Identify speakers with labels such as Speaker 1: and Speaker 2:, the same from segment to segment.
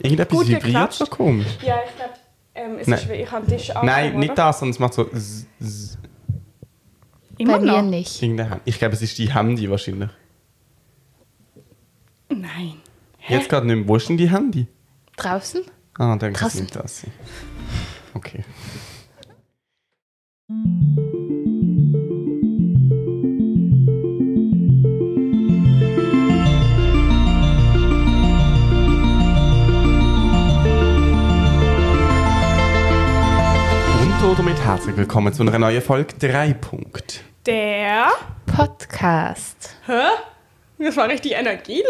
Speaker 1: Irgendetwas
Speaker 2: Gut
Speaker 1: vibriert
Speaker 2: geklatscht.
Speaker 1: so komisch.
Speaker 2: Ja, ich glaube, ähm, es
Speaker 1: Nein.
Speaker 2: ist, wie- ich habe den Tisch
Speaker 1: Nein,
Speaker 2: angehoben,
Speaker 1: nicht
Speaker 2: oder?
Speaker 1: das, sondern es macht so zzz, zzz,
Speaker 2: Immer
Speaker 3: Bei mir
Speaker 2: noch?
Speaker 3: nicht.
Speaker 1: irgendein Handy. Ich glaube, es ist die Handy wahrscheinlich.
Speaker 2: Nein.
Speaker 1: Jetzt gerade nicht mehr. Wo ist denn die Handy?
Speaker 3: Draußen?
Speaker 1: Ah, dann kann es
Speaker 3: Draußen.
Speaker 1: nicht das sein. Okay. Und oder mit herzlich willkommen zu einer neuen Folge 3 Punkt.
Speaker 2: Der.
Speaker 3: Podcast.
Speaker 2: Hä? Das war richtig energielos.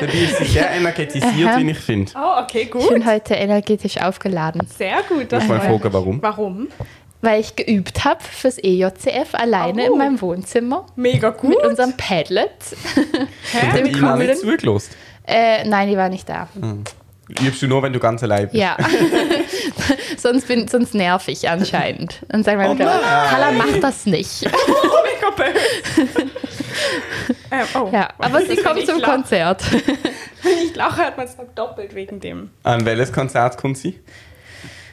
Speaker 1: Dabei ist sie sehr energetisiert,
Speaker 3: Aha.
Speaker 1: wie ich finde.
Speaker 2: Oh, okay,
Speaker 3: Ich bin halt
Speaker 2: gut.
Speaker 3: heute energetisch aufgeladen,
Speaker 2: Sehr gut.
Speaker 1: Ich
Speaker 2: Das
Speaker 1: muss mal
Speaker 2: freut
Speaker 1: fragen,
Speaker 2: mich.
Speaker 1: warum.
Speaker 2: Warum?
Speaker 3: weil ich geübt habe fürs E EJCF alleine
Speaker 2: Oh.
Speaker 3: in meinem Wohnzimmer
Speaker 2: Mega gut.
Speaker 3: mit unserem Padlet.
Speaker 1: Hat
Speaker 2: Hä?
Speaker 3: dem
Speaker 1: die Ihnen
Speaker 3: coolen-
Speaker 1: nicht zugelost?
Speaker 3: Äh, nein, die war nicht da.
Speaker 1: Übst du nur, wenn du ganz allein bist?
Speaker 3: Ja. sonst, bin, sonst nerv ich anscheinend. Und sagen meine
Speaker 1: Oh
Speaker 3: Mutter,
Speaker 1: nein.
Speaker 3: Carla, mach das nicht.
Speaker 2: Oh, mega böse. ähm, oh.
Speaker 3: Ja, aber sie kommt
Speaker 2: Ich
Speaker 3: zum
Speaker 2: lach-
Speaker 3: Konzert.
Speaker 2: Wenn ich lache, hat man es noch doppelt wegen dem.
Speaker 1: An welches Konzert kommt sie?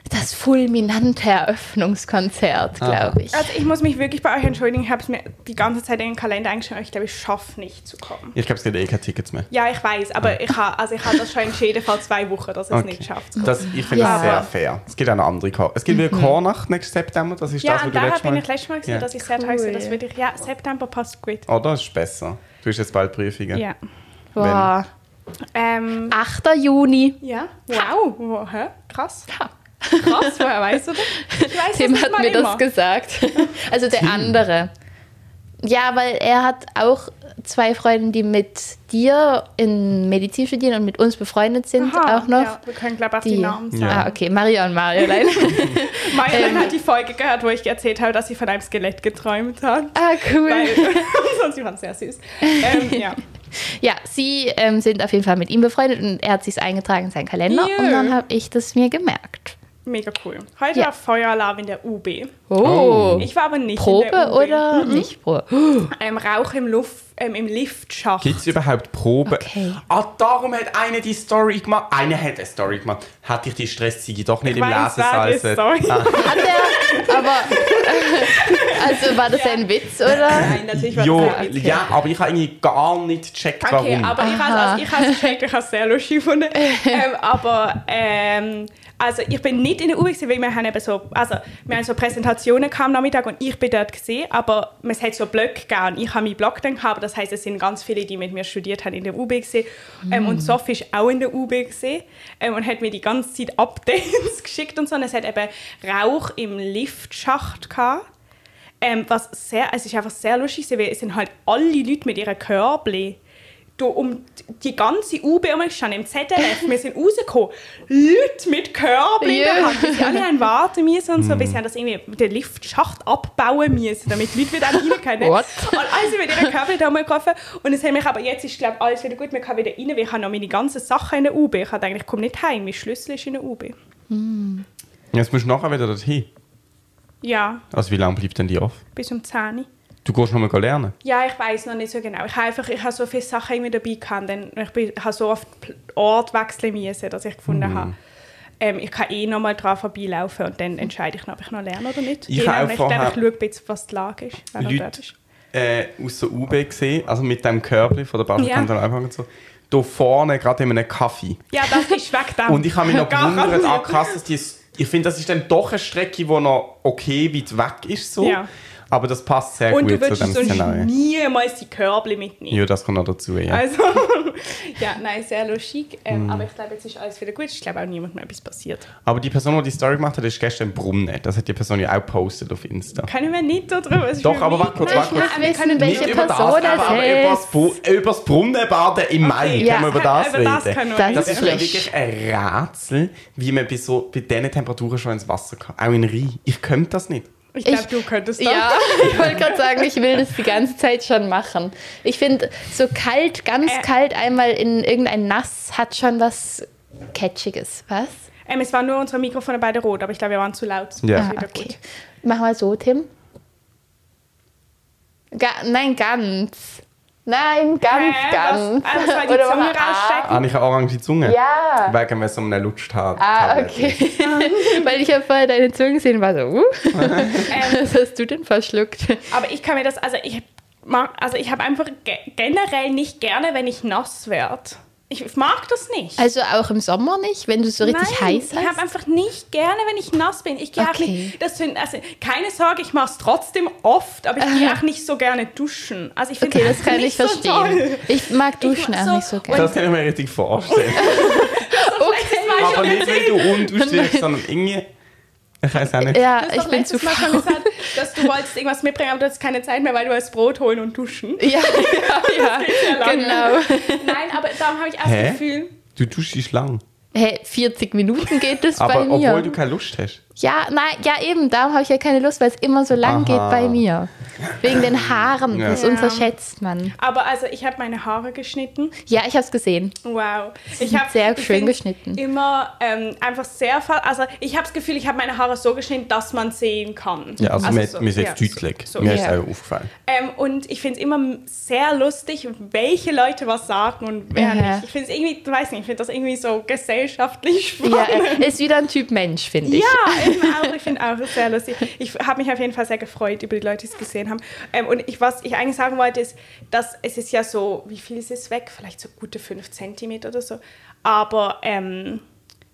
Speaker 3: Das fulminante Eröffnungskonzert, glaube ich.
Speaker 2: Also ich muss mich wirklich bei euch entschuldigen. Ich habe es mir die ganze Zeit in den Kalender eingeschrieben. aber Ich glaube, ich schaffe nicht zu kommen.
Speaker 1: Ich glaube, es gibt eh keine Tickets mehr.
Speaker 2: Ja, ich weiß, aber ich habe also ich hab das schon entschieden vor zwei Wochen, dass ich es nicht schafft.
Speaker 1: Das, ich finde
Speaker 3: Ja.
Speaker 1: das sehr fair. Es gibt auch noch andere Chor. Es gibt wieder Chornacht nächsten September, das ist
Speaker 2: Mhm. Ja,
Speaker 1: das, wo
Speaker 2: und
Speaker 1: du
Speaker 2: daher
Speaker 1: letztes
Speaker 2: bin
Speaker 1: Mal...
Speaker 2: ich letztes Mal, gewesen,
Speaker 1: Ja.
Speaker 2: dass ich sehr cool.
Speaker 3: Cool.
Speaker 2: dass würde ich, ja, September passt gut.
Speaker 1: Oder? Oh, Ist besser. Du hast jetzt bald Prüfungen.
Speaker 2: Ja.
Speaker 3: Wow.
Speaker 2: Ähm,
Speaker 3: 8. Juni.
Speaker 2: ja, wow, wo, hä? krass.
Speaker 3: Ja.
Speaker 2: Krass, woher weißt du das? Ich weiß
Speaker 3: Tim
Speaker 2: das
Speaker 3: hat
Speaker 2: nicht mal
Speaker 3: mir
Speaker 2: immer.
Speaker 3: das gesagt. Also der andere. Ja, weil er hat auch zwei Freunde, die mit dir in Medizin studieren und mit uns befreundet sind,
Speaker 2: Aha,
Speaker 3: auch noch.
Speaker 2: Ja, wir können, glaube ich, auch die,
Speaker 3: Die.
Speaker 2: Namen sagen.
Speaker 1: Ja.
Speaker 3: Ah, okay, Maria und Mariolein.
Speaker 2: Marion
Speaker 3: Ähm.
Speaker 2: hat die Folge gehört, wo ich erzählt habe, dass sie von einem Skelett geträumt hat.
Speaker 3: ah, cool.
Speaker 2: Weil, sonst waren sehr süß. Ähm, ja.
Speaker 3: Ja, sie ähm, sind auf jeden Fall mit ihm befreundet und er hat sich eingetragen in seinen Kalender
Speaker 2: Jö.
Speaker 3: und dann habe ich das mir gemerkt.
Speaker 2: Mega cool. Heute
Speaker 3: Ja.
Speaker 2: war Feueralarm in der UB.
Speaker 1: Oh.
Speaker 2: Ich war aber nicht in der
Speaker 3: Probe
Speaker 2: UB.
Speaker 3: oder nicht Probe?
Speaker 2: Ähm, Rauch im, Luft, ähm, im Liftschacht.
Speaker 1: Gibt es überhaupt Proben?
Speaker 3: Okay.
Speaker 1: Ah, darum hat eine die Story gemacht. Eine hat eine Story gemacht. Hatte ich die Stressige doch nicht
Speaker 2: Ich
Speaker 1: im
Speaker 2: weiß, wer
Speaker 1: Lesesaal.
Speaker 2: die Story-
Speaker 1: Ah,
Speaker 3: Hat er, aber also war das ein Witz oder?
Speaker 2: Nein, natürlich war
Speaker 1: jo,
Speaker 2: das ein Witz.
Speaker 1: Ja, aber ich habe irgendwie gar nicht gecheckt, warum.
Speaker 2: Okay, aber ich habe also, ich habe es gecheckt, ich habe es sehr lustig gefunden. ähm, aber ähm, also ich bin nicht in der Uhr, gewesen, weil wir haben eben so, also wir haben so Präsentationen gehabt am Nachmittag und ich bin dort gesehen, aber es hat so Blöcke gegeben und ich habe meinen Blog dann gehabt, aber das heisst, es sind ganz viele, die mit mir studiert haben, in der UB gesehen. Ähm, und Sophie ist auch in der UB gesehen ähm, und hat mir die ganze Zeit Updates geschickt und so. Und es hat eben Rauch im Liftschacht gehabt. Ähm, was sehr, es ist einfach sehr lustig, gewesen, weil es sind halt alle Leute mit ihren Körbchen da um die ganze UB umgestanden, im ZDF, wir sind rausgekommen, Leute mit Körbchen in der
Speaker 3: Ja.
Speaker 2: Hand, die sie alle haben warten müssen und so, weil sie haben das irgendwie den Liftschacht abbauen müssen, damit die Leute wieder reinkommen.
Speaker 3: What?
Speaker 2: Und also mit ihren Körbchen da rumgelaufen und es hat mich aber, jetzt ist glaube ich alles wieder gut, man kann wieder rein, weil ich habe noch meine ganzen Sachen in der UB, ich habe eigentlich, ich komme nicht heim, mein Schlüssel ist in der UB.
Speaker 1: Jetzt musst du nachher wieder dorthin.
Speaker 2: Ja,
Speaker 1: Also wie lange bleibt denn die auf?
Speaker 2: bis um 10 Uhr.
Speaker 1: Du gehst noch mal lernen.
Speaker 2: Ja, ich weiß noch nicht so genau. Ich habe einfach, ich habe so viele Sachen immer dabei gehabt, denn ich bin, habe so oft Pl- Ort wechseln müssen, dass ich
Speaker 1: Mhm.
Speaker 2: gefunden habe. Ähm, ich kann eh nochmal dran vorbeilaufen und dann entscheide ich noch, ob ich noch lerne oder nicht.
Speaker 1: Ich
Speaker 2: Je
Speaker 1: habe
Speaker 2: nachdem,
Speaker 1: auch
Speaker 2: ich glaube, ich
Speaker 1: vorher-
Speaker 2: schaue ein bisschen, was die Lage ist, wer noch dort
Speaker 1: Leute
Speaker 2: ist.
Speaker 1: äh, aus der UB gesehen, also mit dem Körbchen von der Basel
Speaker 2: Ja.
Speaker 1: ja. anfangen und so. Da vorne gerade in einem Kaffee.
Speaker 2: Ja, das ist weg dann.
Speaker 1: Und ich habe mich noch gewundert, ah
Speaker 2: Garantiert.
Speaker 1: krass, dass die, ich finde, das ist dann doch eine Strecke, die noch okay weit weg ist. So.
Speaker 2: Ja.
Speaker 1: Aber das passt sehr
Speaker 2: Und du
Speaker 1: gut zu
Speaker 2: würdest
Speaker 1: dem
Speaker 2: sonst
Speaker 1: Szenario.
Speaker 2: niemals die Körbchen mitnehmen.
Speaker 1: Ja, das kommt noch dazu, ja. Mhm.
Speaker 2: Also, ja, nein, sehr lustig. Ähm, Aber ich glaube, jetzt ist alles wieder gut. Ich glaube auch niemandem etwas passiert.
Speaker 1: Aber die Person, die die Story gemacht hat, ist gestern im Brunnen. Das hat die Person ja auch gepostet auf Insta.
Speaker 2: Können wir nicht darüber? Es ist
Speaker 1: Doch,
Speaker 2: für
Speaker 1: aber
Speaker 2: mich-
Speaker 1: warte kurz,
Speaker 3: Nein,
Speaker 1: warte
Speaker 3: ich
Speaker 1: kurz.
Speaker 3: möchte wissen, welche
Speaker 1: Nicht über das,
Speaker 3: Person
Speaker 1: aber, aber
Speaker 3: es
Speaker 1: über
Speaker 3: ist.
Speaker 1: das, Bu- über das Brunnenbaden im Mai
Speaker 2: Okay,
Speaker 1: können wir über das
Speaker 2: über
Speaker 1: reden.
Speaker 2: das können wir
Speaker 3: Das
Speaker 1: Das
Speaker 3: Das
Speaker 1: ist
Speaker 3: ist
Speaker 1: mir
Speaker 3: schlecht.
Speaker 1: wirklich ein Rätsel, wie man bei, so, bei diesen Temperaturen schon ins Wasser kann. Auch in Rhein. Ich könnte das nicht.
Speaker 2: Ich glaube, du könntest das.
Speaker 3: Ja, ich wollte gerade sagen, ich will das die ganze Zeit schon machen. Ich finde, so kalt, ganz
Speaker 2: Äh.
Speaker 3: kalt einmal in irgendein Nass hat schon was Catchiges. Was?
Speaker 2: Ähm, es waren nur unsere Mikrofone beide rot, aber ich glaube, wir waren zu laut.
Speaker 1: Ja.
Speaker 2: Das
Speaker 3: Ah,
Speaker 2: ist wieder
Speaker 3: okay.
Speaker 2: gut.
Speaker 3: Mach mal so, Tim. Ga Nein, ganz. Nein, ganz,
Speaker 2: Hä?
Speaker 3: ganz.
Speaker 2: Was? Also soll die
Speaker 3: mach
Speaker 2: Zunge
Speaker 3: A.
Speaker 2: rausstecken?
Speaker 1: Ah, ich habe orange Zunge.
Speaker 3: Ja.
Speaker 1: Wegen um wir so einem Lutscht haben.
Speaker 3: Ah, okay. Weil ich habe vorher deine Zunge gesehen und war so, uh,
Speaker 2: Ähm,
Speaker 3: was hast du denn verschluckt?
Speaker 2: aber ich kann mir das, also ich mag, also ich habe einfach ge generell nicht gerne, wenn ich nass werde. Ich mag das nicht.
Speaker 3: Also auch im Sommer nicht, wenn du so richtig
Speaker 2: Nein,
Speaker 3: heiß
Speaker 2: ich
Speaker 3: hast?
Speaker 2: habe einfach nicht gerne, wenn ich nass bin. Ich gehe auch
Speaker 3: Okay.
Speaker 2: nicht, das sind, also keine Sorge, ich mache es trotzdem oft, aber ich gehe auch nicht so gerne duschen. Also ich finde
Speaker 3: Äh. Okay, das kann ich verstehen. ich mag Duschen
Speaker 2: mag
Speaker 3: auch
Speaker 2: so-
Speaker 3: nicht so gerne.
Speaker 1: Das kann ich mir richtig vorstellen.
Speaker 2: Okay.
Speaker 1: Aber nicht, wenn du und du stirbst, sondern irgendwie. Ich weiß auch nicht.
Speaker 3: Ja,
Speaker 2: Du hast
Speaker 3: Ah, ich
Speaker 2: doch
Speaker 3: bin zu
Speaker 2: letztes Mal schon
Speaker 3: faul.
Speaker 2: gesagt, dass du wolltest irgendwas mitbringen, aber du hast keine Zeit mehr, weil du hast Brot holen und duschen.
Speaker 3: Ja, ja, ja. genau.
Speaker 2: Nein, aber darum habe ich auch
Speaker 1: Hä?
Speaker 2: das Gefühl,
Speaker 1: Du tust dich lang.
Speaker 3: Hey, 40 Minuten geht das
Speaker 1: Aber
Speaker 3: bei mir.
Speaker 1: obwohl du keine Lust hast.
Speaker 3: Ja, nein, ja eben, darum habe ich ja keine Lust, weil es immer so
Speaker 1: Aha.
Speaker 3: lang geht bei mir. Wegen den Haaren,
Speaker 1: Ja.
Speaker 3: das
Speaker 2: Ja.
Speaker 3: unterschätzt man.
Speaker 2: aber also ich habe meine Haare geschnitten.
Speaker 3: Ja, ich habe es gesehen.
Speaker 2: Wow. Ich
Speaker 3: sind
Speaker 2: habe
Speaker 3: sehr
Speaker 2: ich
Speaker 3: schön
Speaker 2: find's
Speaker 3: geschnitten.
Speaker 2: Immer ähm, einfach sehr, fa- also ich habe das Gefühl, ich habe meine Haare so geschnitten, dass man sehen kann.
Speaker 1: Ja, also, mir,
Speaker 2: so,
Speaker 1: mir ist
Speaker 2: ja,
Speaker 1: jetzt deutlich.
Speaker 2: So,
Speaker 1: mir
Speaker 2: so.
Speaker 1: ist
Speaker 3: Ja.
Speaker 1: auch aufgefallen.
Speaker 2: Ähm, und ich finde es immer sehr lustig, welche Leute was sagen und wer
Speaker 3: Ja.
Speaker 2: nicht. Ich finde es irgendwie, weiß nicht, ich finde das irgendwie so gesellschaftlich spannend.
Speaker 3: Ja, äh, ist wieder ein Typ Mensch, finde ich.
Speaker 2: Ja, eben auch. Ich finde auch sehr lustig. Ich habe mich auf jeden Fall sehr gefreut über die Leute, die es gesehen haben. Ähm, und ich, was ich eigentlich sagen wollte, ist, dass es ist ja so, wie viel ist es weg? Vielleicht so gute 5 cm oder so. Aber ähm,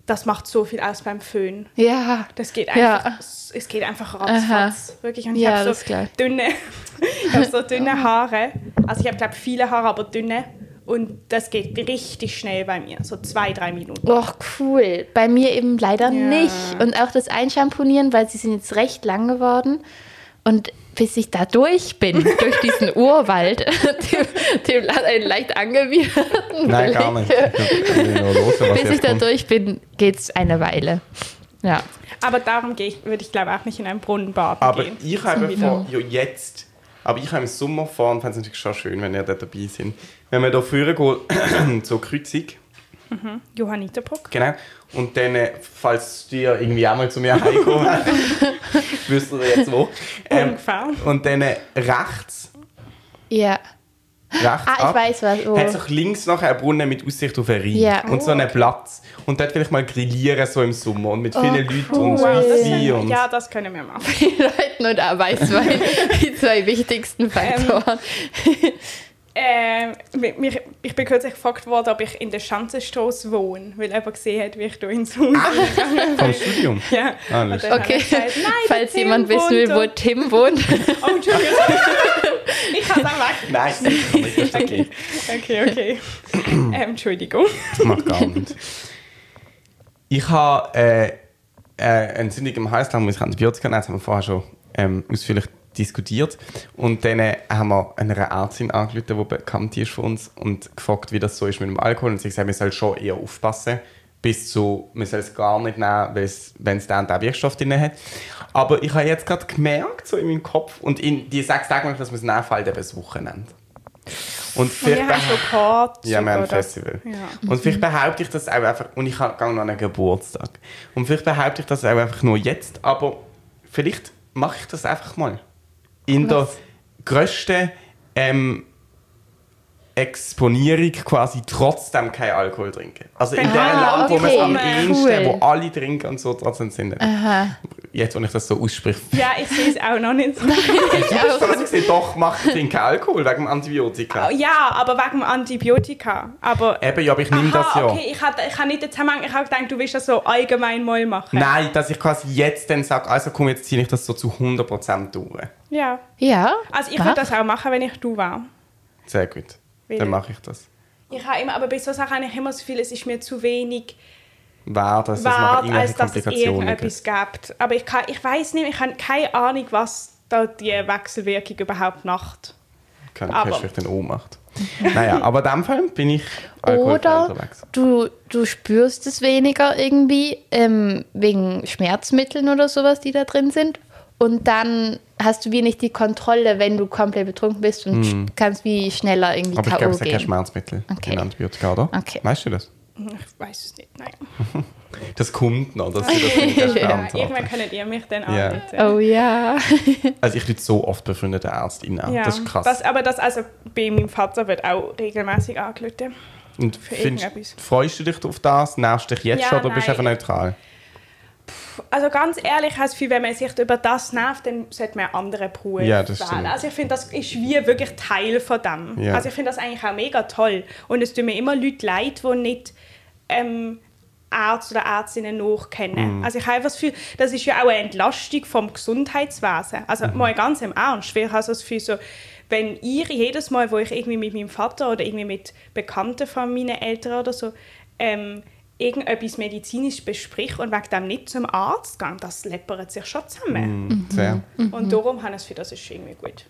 Speaker 2: das macht so viel aus beim Föhn.
Speaker 3: Ja.
Speaker 2: Das geht
Speaker 3: Ja.
Speaker 2: einfach, es geht einfach ratzfatz, wirklich. Und ich
Speaker 3: Ja,
Speaker 2: habe
Speaker 3: das ist
Speaker 2: so
Speaker 3: klar.
Speaker 2: dünne, ich habe so dünne Haare. Also ich habe glaube viele Haare, aber dünne. Und das geht richtig schnell bei mir, so zwei, drei Minuten.
Speaker 3: Och, cool. Bei mir eben leider
Speaker 2: Ja.
Speaker 3: nicht. Und auch das Einschamponieren, weil sie sind jetzt recht lang geworden. Und bis ich da durch bin, durch diesen Urwald, dem, dem la- einen leicht angewiderten
Speaker 1: Nein,
Speaker 3: Blick,
Speaker 1: gar nicht. Ich will nur hören, was
Speaker 3: bis ich
Speaker 1: jetzt
Speaker 3: da
Speaker 1: kommt.
Speaker 3: durch bin, geht es eine Weile. Ja.
Speaker 2: Aber darum gehe ich, würde ich glaube auch nicht in einem Brunnen baden
Speaker 1: Aber
Speaker 2: gehen.
Speaker 1: ich habe vor, ja, jetzt, aber ich habe im Sommer vor und fände es natürlich schon schön, wenn ihr da dabei sind. Wenn wir da früher gehen, zur Kreuzung,
Speaker 2: Johanniterbrück.
Speaker 1: genau, und dann, äh, falls dir irgendwie einmal zu mir heimkommen, wüsst ihr jetzt wo. Ähm,
Speaker 2: Ungefähr.
Speaker 1: und dann äh, rechts,
Speaker 3: Ja.
Speaker 1: rechts
Speaker 3: Ah, ich
Speaker 1: ab,
Speaker 3: weiß was. Oh.
Speaker 1: hat sich links nachher einen Brunnen mit Aussicht auf einen Rhein
Speaker 3: Ja.
Speaker 1: und so einen Platz. Und dort will ich mal grillieren, so im Sommer, und mit
Speaker 3: Oh,
Speaker 1: vielen Leuten und
Speaker 2: Oh, Wow, das
Speaker 1: Weissein
Speaker 2: können,
Speaker 1: und...
Speaker 2: ja, das können wir machen.
Speaker 3: Leuten und Arbeitswein, die zwei wichtigsten Faktoren.
Speaker 2: Ähm, mi- mich, ich bin kürzlich gefragt worden, ob ich in der Schanzenstraße wohne, weil jemand gesehen hat, wie ich da ins Haus
Speaker 1: Ah. Vom Studium.
Speaker 2: ja.
Speaker 1: Ah,
Speaker 2: Und dann
Speaker 1: lustig.
Speaker 2: habe
Speaker 3: okay,
Speaker 2: ich gesagt, halt- nein,
Speaker 3: falls
Speaker 2: der
Speaker 3: jemand
Speaker 2: Tim
Speaker 3: wissen will, wo
Speaker 2: wohnt
Speaker 3: Tim wohnt.
Speaker 2: da. Oh, Entschuldigung. ich kann es auch weg.
Speaker 1: Nein, sicher nicht, das ist okay.
Speaker 2: Okay, okay. ähm, Entschuldigung.
Speaker 1: Macht gar nicht. Ich habe äh, äh, einen Sündig im Halsdarm, muss ich Antibiotika nehmen, das haben wir vorher schon ähm, ausführlich diskutiert. Und dann äh, haben wir eine Ärztin angerufen, die bekannt ist für uns, und gefragt, wie das so ist mit dem Alkohol. Und sie hat gesagt, man soll schon eher aufpassen, bis zu, man soll es gar nicht nehmen, weil es- wenn es den und den Wirkstoff drin hat. Aber ich habe jetzt gerade gemerkt, so in meinem Kopf, und in die sechs Tage, dass man es nachfällt, eben das Wochenende. Und
Speaker 2: Und
Speaker 1: vielleicht
Speaker 2: wir haben so Karten.
Speaker 1: ja, wir haben ein
Speaker 2: oder-
Speaker 1: Festival.
Speaker 2: Ja.
Speaker 1: Und vielleicht behaupte ich das auch einfach, und ich gehe noch an einen Geburtstag. Und vielleicht behaupte ich das auch einfach nur jetzt, aber vielleicht mache ich das einfach mal. In
Speaker 3: Was?
Speaker 1: der grössten ähm, Exponierung quasi trotzdem kein Alkohol trinken. Also in
Speaker 2: Ah,
Speaker 1: dem Land, wo man es am
Speaker 3: okay,
Speaker 1: ehesten,
Speaker 3: cool.
Speaker 1: wo alle trinken und so, trotzdem sind.
Speaker 3: Aha.
Speaker 1: Jetzt, wenn ich das so ausspreche.
Speaker 2: Ja, ich sehe es auch noch nicht so.
Speaker 1: Hast du das gesehen? Doch, mach trinken Alkohol wegen dem Antibiotika.
Speaker 2: ja, aber wegen dem Antibiotika. Aber
Speaker 1: Eben, ja, aber ich nehme
Speaker 2: Aha,
Speaker 1: Ähm, das ja.
Speaker 2: okay, ich habe ich hab nicht den Zusammenhang, ich habe gedacht, du willst das so allgemein mal machen.
Speaker 1: Nein, dass ich quasi jetzt dann sage, also komm, jetzt ziehe ich das so zu 100% durch.
Speaker 2: Ja,
Speaker 3: Ja.
Speaker 2: also ich
Speaker 3: Mach.
Speaker 2: würde das auch machen, wenn ich du war.
Speaker 1: Sehr gut.
Speaker 2: Will.
Speaker 1: Dann mache ich das.
Speaker 2: Ich habe immer, aber bei so Sachen habe ich immer das Gefühl, es ist mir zu wenig
Speaker 1: War das, dass es nachher
Speaker 2: wert, als
Speaker 1: irgendwelche
Speaker 2: dass es
Speaker 1: Komplikationen gibt.
Speaker 2: irgendetwas gibt. Aber ich, kann, ich weiß nicht, ich habe keine Ahnung, was da die Wechselwirkung überhaupt macht.
Speaker 1: Kann
Speaker 2: aber-
Speaker 1: ich vielleicht in Ohnmacht. naja, aber in dem Fall bin ich alkoholfrei
Speaker 3: Oder
Speaker 1: unterwegs.
Speaker 3: du, du spürst es weniger irgendwie, ähm, wegen Schmerzmitteln oder sowas, die da drin sind. Und dann hast du wie nicht die Kontrolle, wenn du komplett betrunken bist und sch- kannst wie schneller irgendwie
Speaker 1: Hm. Aber ich
Speaker 3: K.O.
Speaker 1: glaube, es hat kein
Speaker 3: gehen.
Speaker 1: Schmerzmittel
Speaker 3: Okay.
Speaker 1: in Antibiotika, oder?
Speaker 3: Okay.
Speaker 1: Weißt du das?
Speaker 2: Ich weiß es nicht, nein.
Speaker 1: Das kommt noch, dass sie das nicht
Speaker 2: Ja,
Speaker 1: erstaunt haben.
Speaker 2: irgendwann könnt ihr mich dann
Speaker 1: Ja.
Speaker 2: anrufen.
Speaker 3: Oh ja.
Speaker 1: Also ich bin so oft befreundete Ärztin an.
Speaker 2: Ja,
Speaker 1: Das ist krass.
Speaker 2: Das, aber das also bei meinem Vater wird auch regelmäßig angelötet.
Speaker 1: Und
Speaker 2: für
Speaker 1: findest,
Speaker 2: irgendetwas.
Speaker 1: freust du dich auf das? Nervst dich jetzt
Speaker 2: Ja,
Speaker 1: schon oder bist du einfach
Speaker 2: nein.
Speaker 1: neutral?
Speaker 2: Also ganz ehrlich, ich habe das Gefühl, wenn man sich über das nervt, dann sollte man einen anderen Beruf
Speaker 1: Ja, das
Speaker 2: wählen.
Speaker 1: stimmt.
Speaker 2: Also ich finde, das ist wie wirklich Teil von dem.
Speaker 1: Ja.
Speaker 2: Also ich finde das eigentlich auch mega toll. Und es tun mir immer Leute leid, die nicht ähm, Arzt oder Ärztinnen
Speaker 1: Mm.
Speaker 2: nachkennen. Also ich habe einfach das Gefühl, das ist ja auch eine Entlastung vom Gesundheitswesen. Also
Speaker 1: Mm.
Speaker 2: mal ganz im Ernst, weil ich habe so das Gefühl, so, wenn ich jedes Mal, wo ich irgendwie mit meinem Vater oder irgendwie mit Bekannten von meinen Eltern oder so ähm, irgendetwas medizinisch besprich und wegen dem nicht zum Arzt gehe, das läppert sich schon zusammen.
Speaker 1: Mhm. Sehr.
Speaker 2: Und darum habe ich das Gefühl, das ist irgendwie gut.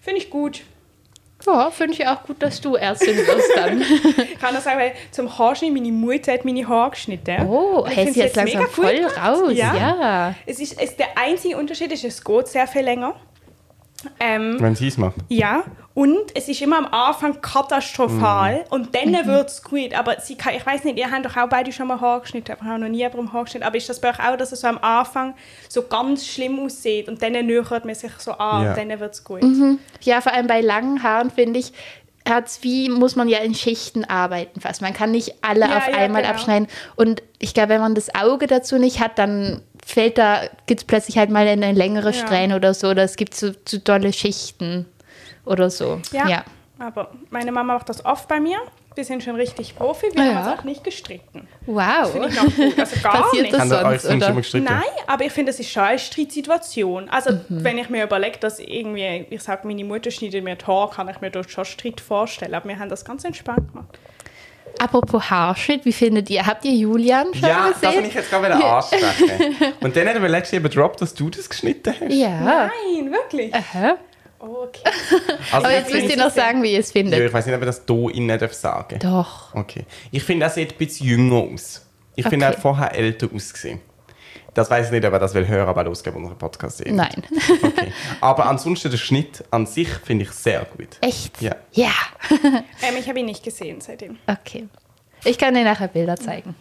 Speaker 2: Finde ich gut.
Speaker 3: Ja, finde ich auch gut, dass du Ärztin wirst dann.
Speaker 2: Ich kann das sagen, weil zum Haarschnitt, meine Mutter hat meine Haare geschnitten.
Speaker 3: Oh,
Speaker 2: Und ich
Speaker 3: hey,
Speaker 2: finde
Speaker 3: sie jetzt langsam
Speaker 2: mega cool
Speaker 3: voll
Speaker 2: gemacht.
Speaker 3: raus. Ja.
Speaker 2: Es ist, es, der einzige Unterschied ist, es geht sehr viel länger. Ähm,
Speaker 1: Wenn sie es macht.
Speaker 2: ja, und es ist immer am Anfang
Speaker 3: Mhm.
Speaker 2: katastrophal und dann wird es gut. Aber sie kann, ich weiß nicht, ihr habt doch auch beide schon mal Haar geschnitten, aber ich habe noch nie jemandem Haar geschnitten. Aber ist das bei euch auch, dass es so am Anfang so ganz schlimm aussieht und dann nähert man sich so an
Speaker 1: Ja.
Speaker 2: und dann wird es gut?
Speaker 3: Ja, vor allem bei langen Haaren finde ich, hat's wie muss man ja in Schichten arbeiten fast. Man kann nicht alle
Speaker 2: Ja,
Speaker 3: auf
Speaker 2: ja,
Speaker 3: einmal
Speaker 2: genau.
Speaker 3: abschneiden. Und ich glaube, wenn man das Auge dazu nicht hat, dann fällt da, gibt es plötzlich halt mal eine längere
Speaker 2: Ja.
Speaker 3: Strähne oder so. Oder es gibt so, zu dolle Schichten oder so.
Speaker 2: Ja.
Speaker 3: ja.
Speaker 2: Aber meine Mama macht das oft bei mir. Wir sind schon richtig Profi, wir
Speaker 3: Ah,
Speaker 2: haben
Speaker 3: ja.
Speaker 2: uns auch nicht gestritten.
Speaker 3: Wow.
Speaker 2: Finde ich noch gut. Also gar
Speaker 3: Passiert
Speaker 2: nicht.
Speaker 3: das
Speaker 1: Haben ihr euch sonst
Speaker 3: sonst,
Speaker 1: schon
Speaker 3: oder?
Speaker 1: mal gestritten?
Speaker 2: Nein, aber ich finde, es ist schon eine Streitsituation. Also,
Speaker 3: Mhm.
Speaker 2: wenn ich mir überlege, dass irgendwie, ich sage, meine Mutter schneidet mir die Haare, kann ich mir dort schon Streit vorstellen. Aber wir haben das ganz entspannt gemacht.
Speaker 3: Apropos Haarschnitt, wie findet ihr? Habt ihr Julian schon
Speaker 1: Ja, das will
Speaker 3: gesehen?
Speaker 1: ich jetzt gerade wieder ansprechen. Und dann hat mir letztens eben gedroppt, dass du das geschnitten hast.
Speaker 3: ja.
Speaker 2: Nein, wirklich.
Speaker 3: Ah. Aha.
Speaker 2: Oh, okay.
Speaker 1: Also
Speaker 3: Aber
Speaker 1: ich
Speaker 3: jetzt
Speaker 1: finde-
Speaker 3: müsst ihr noch sagen, wie ihr es
Speaker 1: Ja,
Speaker 3: findet.
Speaker 1: ich weiß nicht, ob ich das hier innen darf sagen darf.
Speaker 3: Doch.
Speaker 1: Okay. Ich finde, er sieht ein bisschen jünger aus. Ich finde, er hat
Speaker 3: Okay.
Speaker 1: vorher älter ausgesehen. Das weiß ich nicht, ob er das will hören, aber losgeben unseren Podcast sehen.
Speaker 3: Nein.
Speaker 1: Okay. Aber ansonsten der Schnitt an sich finde ich sehr gut.
Speaker 3: Echt?
Speaker 1: Ja.
Speaker 3: Ja.
Speaker 2: ähm, ich habe ihn nicht gesehen seitdem.
Speaker 3: Okay. Ich kann dir nachher Bilder zeigen.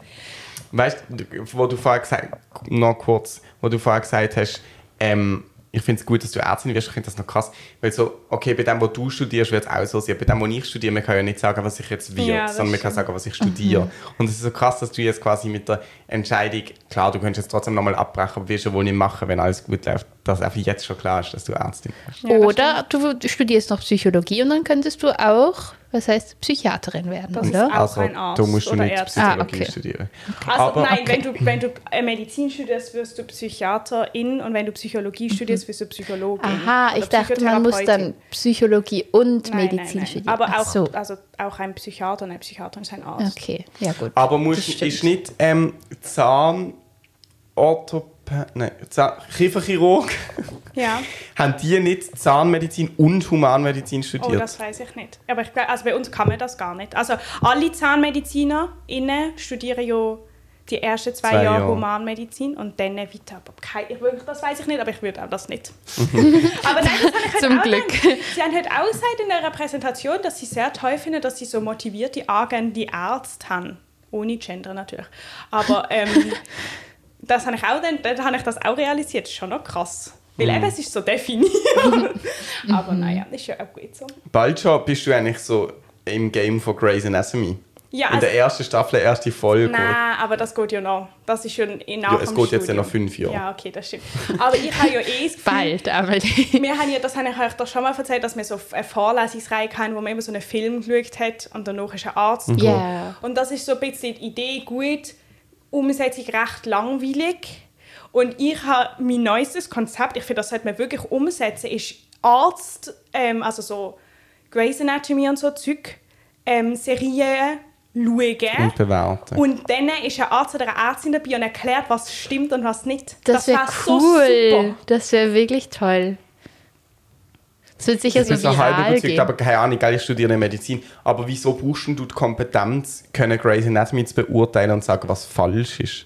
Speaker 1: Weißt du, wo du vorher gesagt noch kurz, wo du vorher gesagt hast, ähm, ich finde es gut, dass du Ärztin wirst, ich finde das noch krass. Weil so, okay, bei dem, wo du studierst, wird es auch so sein. Bei dem, wo ich studiere, man kann ja nicht sagen, was ich jetzt wird,
Speaker 2: Ja, das
Speaker 1: sondern man kann
Speaker 2: stimmt. Mhm.
Speaker 1: sagen, was ich studiere. Und es ist so krass, dass du jetzt quasi mit der Entscheidung, klar, du könntest jetzt trotzdem nochmal abbrechen, aber wirst du wohl nicht machen, wenn alles gut läuft, dass einfach jetzt schon klar ist, dass du Ärztin bist.
Speaker 2: Ja, das
Speaker 3: oder du studierst noch Psychologie und dann könntest du auch, was heißt, Psychiaterin werden,
Speaker 2: Das
Speaker 3: oder?
Speaker 2: ist auch kein Arzt
Speaker 1: Also, du musst du
Speaker 2: oder
Speaker 1: nicht
Speaker 2: Ärztin.
Speaker 1: Psychologie
Speaker 3: Ah, okay.
Speaker 1: studieren.
Speaker 2: Also
Speaker 1: aber,
Speaker 2: nein, wenn du, wenn du äh, Medizin studierst, wirst du Psychiaterin und wenn du Psychologie studierst, wirst du Psychologin.
Speaker 3: Mhm. Aha,
Speaker 2: oder
Speaker 3: ich dachte, man muss dann
Speaker 2: Psychotherapeutin.
Speaker 3: Psychologie
Speaker 2: Nein,
Speaker 3: und
Speaker 2: nein,
Speaker 3: Medizin
Speaker 2: nein.
Speaker 3: studieren.
Speaker 2: Aber
Speaker 3: Ach
Speaker 2: auch,
Speaker 3: so.
Speaker 2: also auch ein Psychiater und ein Psychiater ist ein Arzt.
Speaker 3: Okay, ja gut.
Speaker 1: Aber
Speaker 3: Das
Speaker 1: musst,
Speaker 3: stimmt.
Speaker 1: ist nicht ähm, Zahn, Orthopä nein, Zahn, Kieferchirurg,
Speaker 2: Ja,
Speaker 1: haben die nicht Zahnmedizin und Humanmedizin
Speaker 2: oh,
Speaker 1: studiert?
Speaker 2: das weiß ich nicht. Aber ich, glaub- also bei uns kann man das gar nicht. Also alle ZahnmedizinerInnen studieren ja die ersten zwei,
Speaker 1: Zwei
Speaker 2: Jahre
Speaker 1: Jahre.
Speaker 2: Humanmedizin und dann weiter. Aber kein, ich, wirklich, das weiß ich nicht, aber ich würde auch das nicht. aber nein, das habe ich halt
Speaker 3: Zum
Speaker 2: auch
Speaker 3: Glück.
Speaker 2: gedacht. Sie haben halt auch gesagt in ihrer Präsentation, dass sie sehr toll finden, dass sie so motivierte, agende Ärzte haben. Ohne Gender natürlich. Aber ähm, das habe ich auch dann, dann habe ich das auch realisiert. Das ist schon noch krass. Weil
Speaker 3: Mhm.
Speaker 2: eben, es ist so definiert. Aber naja, ist ja auch gut so.
Speaker 1: Bald schon bist du eigentlich so im Game von Grey's Anatomy.
Speaker 2: Ja,
Speaker 1: In der
Speaker 2: also-
Speaker 1: ersten Staffel, erste Folge.
Speaker 2: Nein, aber das geht ja noch. Das ist schon in nach
Speaker 1: Ja, es
Speaker 2: dem
Speaker 1: geht jetzt ja
Speaker 2: Studium.
Speaker 1: noch fünf Jahre.
Speaker 2: Ja, okay, das stimmt. Aber ich habe ja eh das Gefühl,
Speaker 3: Bald, Amelie.
Speaker 2: wir haben ja, das habe ich euch doch schon mal erzählt, dass wir so eine Vorlesungsreihe hatten, wo man immer so einen Film geschaut hat und danach ist ein Arzt
Speaker 3: Ja.
Speaker 2: Und das ist so ein bisschen die Idee gut, Umsetzung recht langweilig. Und ich habe mein neuestes Konzept, ich finde, das sollte man wirklich umsetzen, ist Arzt, ähm, also so Grey's Anatomy und so Zeug, ähm, Serien schauen.
Speaker 1: Und bewerten.
Speaker 2: Und dann ist ein Arzt oder eine Ärztin dabei und erklärt, was stimmt und was nicht.
Speaker 3: Das, wäre cool. das wäre wirklich toll. Das wird sicher
Speaker 1: ich bin
Speaker 2: also
Speaker 3: so
Speaker 1: so halb
Speaker 3: viral
Speaker 1: überzeugt,
Speaker 3: gehen.
Speaker 1: aber keine Ahnung, gell, ich studiere Medizin. Aber wieso brauchst denn du die Kompetenz, können Grey's Anatomy zu beurteilen und sagen, was falsch ist?